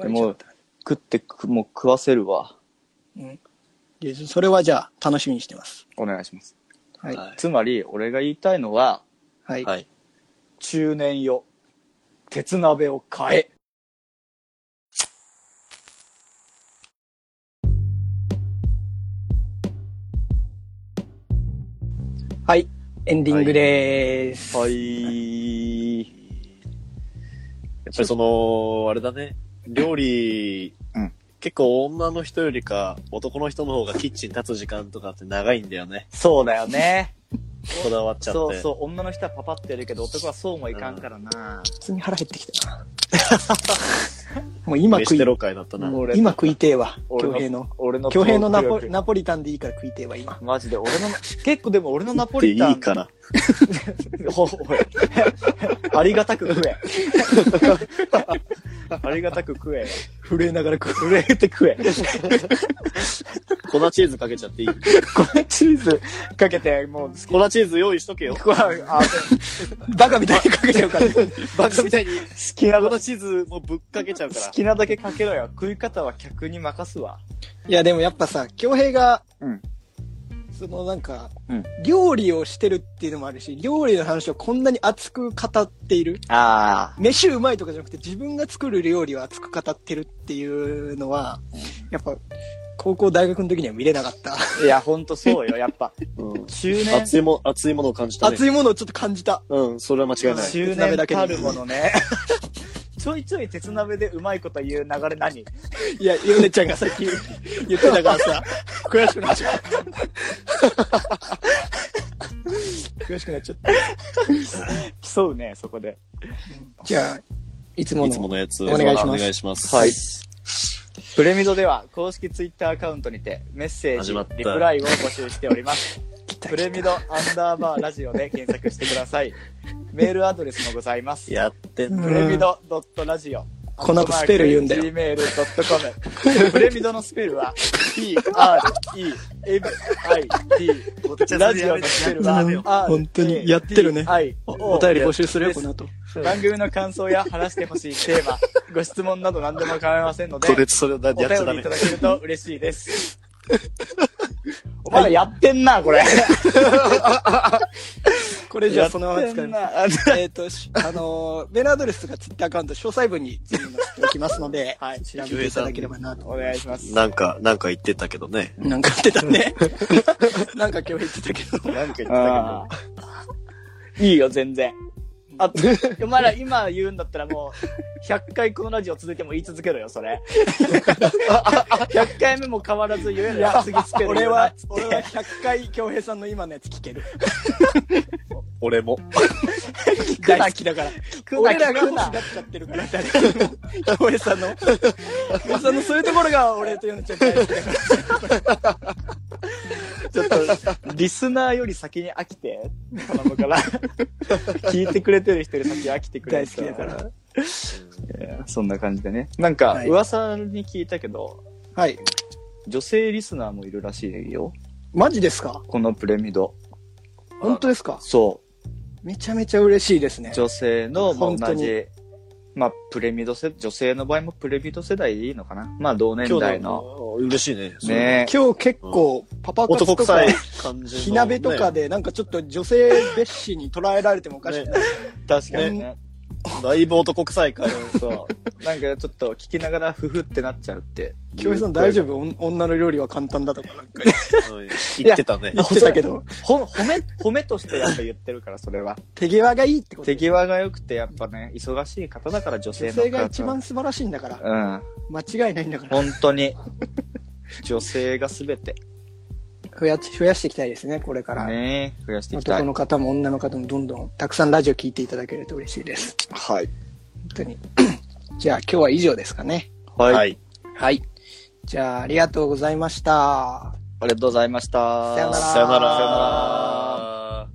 S5: でも、食ってく、もう食わせるわ。
S2: うん。いやそれはじゃあ、楽しみにしてます。
S5: お願いします。
S2: はい。
S3: は
S5: つまり、俺が言いたいのは、
S2: はい。
S3: はい。
S5: 中年よ。鉄鍋を買え。
S2: はい。エンディングでーす。
S5: はい。
S3: やっぱりその、あれだね、料理、
S5: うん
S3: 結構女の人よりか男の人の方がキッチン立つ時間とかって長いんだよね。
S5: そうだよね。
S3: こだわっちゃって。
S5: そうそう、女の人はパパってやるけど、男はそうもいかんからな。
S2: 普通に腹減ってきたな。 (laughs) もう今
S3: 飯
S2: 食い
S3: テ、ロ会だったな。
S5: もう俺
S2: 今食いてえわ。
S5: 俺
S2: 京平の。
S5: 俺の
S2: 京平のナポ
S5: 記憶
S2: ナポリタンでいいから食いてえわ、今。
S5: マジで、俺の、 (laughs) 結構でも俺のナポ
S3: ってい
S5: リタン。
S3: いから。
S5: ほ (laughs) おいありがたく食え。 (laughs) ありがたく食え。
S2: 震えながら食う。
S5: 震えて食え。
S3: 粉チーズかけちゃってい (laughs) い。
S5: これチーズかけて、もう、好
S3: 粉チーズ用意しとけよ。
S5: きは、あ、
S2: バカみたいにかけちゃうから。
S3: バカみ (laughs) たいに
S5: 好きなこ
S3: 粉
S5: と、
S3: チーズもうぶっかけちゃうか
S5: 好
S3: ら。
S5: きなだけかけろよ。食い方は客に任すわ。
S2: いや、でもやっぱさ、京平が、
S5: うん
S2: そのなんか、
S5: うん
S2: 料理をしてるっていうのもあるし、料理の話をこんなに熱く語っている。
S5: ああ。
S2: 飯うまいとかじゃなくて、自分が作る料理を熱く語ってるっていうのは、やっぱ、高校大学の時には見れなかった。
S5: いや、ほんとそうよ。やっぱ、
S3: うん
S5: 中年、
S3: 熱いも、熱いものを感じたね。
S2: 熱いものをちょっと感じた。
S3: うん、それは間違いない。
S5: 中年たるものね。 (laughs) ちょいちょい鉄鍋でうまいこと言う流れ何
S2: いや、ヨネちゃんがさっき言ってたからさ、悔しくなっちゃう。悔しくなっちゃった。
S5: 競うね、そこで。
S2: じゃあ、いつも
S3: いつも
S2: の。
S3: のやつ
S2: お願いします
S3: お願いします。
S5: はい。プレミドでは公式ツイッターアカウントにてメッセージ
S3: 始まった、
S5: リプライを募集しております。プレミドアンダーバーラジオで検索してください。メールアドレスもございます。
S3: やってん
S2: う
S3: の
S2: ん
S5: プレミドドットラジオ。
S2: この後スペル言うんだよ
S5: gmail.com。プレ (laughs) ミドのスペルは p r e m i d ラジオのスペルは
S2: うん本当にやってるね
S5: R-E-M-I-O
S2: おお便り募集するよ、この後。
S5: 番組の感想や話してほしいテーマ、ご質問など何でも構いませんので、
S3: とりあえずそれをやっ
S5: お便
S3: ちゃダ
S5: りい
S3: メ
S5: た。だけると嬉し
S2: (laughs)
S5: いです。お前らやってんな、これ。
S2: これじゃあそのまま
S5: やっ
S2: 使
S5: て
S2: い
S5: ん
S2: ます。
S5: なあ
S2: えっと、しあのー、メールアドレスとかツイッターアカウント、詳細文に全部載せておきますので、はい、調べていただければなと。
S5: お願いします。
S3: なんか、なんか言ってたけどね。
S2: なんか言ってたね。なんか今日言ってたけど。
S3: なんか言ってたけ
S5: あーいいよ、全然。
S2: (laughs)
S5: あと、お前ら今言うんだったらもう、100回このラジオ続いても言い続けろよ、
S2: (laughs)
S5: それ。100回目も変わらず言えるよ、次つけるよ。
S2: 俺は、俺は100回、京平さんの今のやつ聞ける。
S3: 俺も。
S2: 大好きだから。
S5: 聞くな、
S2: 俺ら
S5: 聞
S2: が
S5: く
S2: 欲し
S5: な
S2: がっ。ちゃってるから、誰かの。京平さんの。京平さんのそういうところが俺とヨネちゃん大好きだから。
S5: ちょっと、リスナーより先に飽きて、頼むから。聞いてくれてる人より先に飽きてくれ
S2: 大
S5: る
S2: 好きだから。
S5: ら。そんな感じでね。なんか
S2: は、い
S5: 噂に聞いたけど、
S2: はい。
S5: 女性リスナーもいるらしいよ。
S2: マジですか
S5: このプレミド。
S2: 本当ですか
S5: そ
S2: めちゃめちゃ嬉しいです
S5: う。
S2: ね。
S5: 女性の、まあ
S2: 本当
S5: 同
S2: に
S5: じ、まあ、プレミド世、女性の場合もプレミド世代でいいのかな。まあ、同年
S3: 今
S5: 代
S3: 日
S5: の。
S3: の、嬉しいね。
S5: ね
S2: 今日結構、パパ活
S3: 男
S2: と
S3: 臭
S2: か
S3: い、感じの。
S2: 火鍋とか
S3: ね。
S2: で、なんかちょっと女性蔑視に捉えられてもおかしくない。
S5: 確かにね。
S3: だいぶ男臭いから。
S5: そう。なんかちょっと聞きながら、ふふってなっちゃうって。
S2: 京平さん大丈夫おん女の料理は簡単だとかなんか
S3: うん言ってたね。
S2: 言ってたけど、
S5: ほ、褒め、 (laughs) 褒めとしてやっぱ言ってるから、それは。
S2: 手際がいいってこと
S5: 手際が良くてやっぱね忙しい方だから女性
S2: 女
S5: の
S2: 性が一番素晴らしいんだから、
S5: うん
S2: 間違いないんだから、
S5: 本当に女性が全て
S2: 増や増やしていきたいですね、これから。
S5: ね増やしていきた
S2: 男
S5: い
S2: の方も女の方もどんどんたくさんラジオ聞いていただけると嬉しいです。
S5: はい
S2: 本当に。 (clears throat) じゃあ今日は以上ですかね。
S5: はい、
S3: はい。
S2: はい。じゃあありがとうございました。
S5: ありがとうございました
S2: さよならさ
S3: さよな
S2: よな
S3: ら。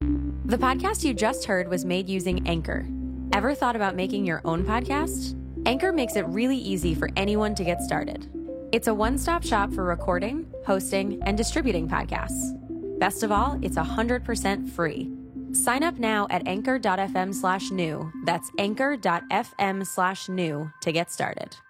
S6: The podcast you just heard was made using Anchor. Ever thought about making your own podcast? Anchor makes it really easy for anyone to get started. It's a one stop shop for recording, hosting, and distributing podcasts. Best of all, it's 100% free. Sign up now at anchor.fm slash new. That's anchor.fm slash new to get started.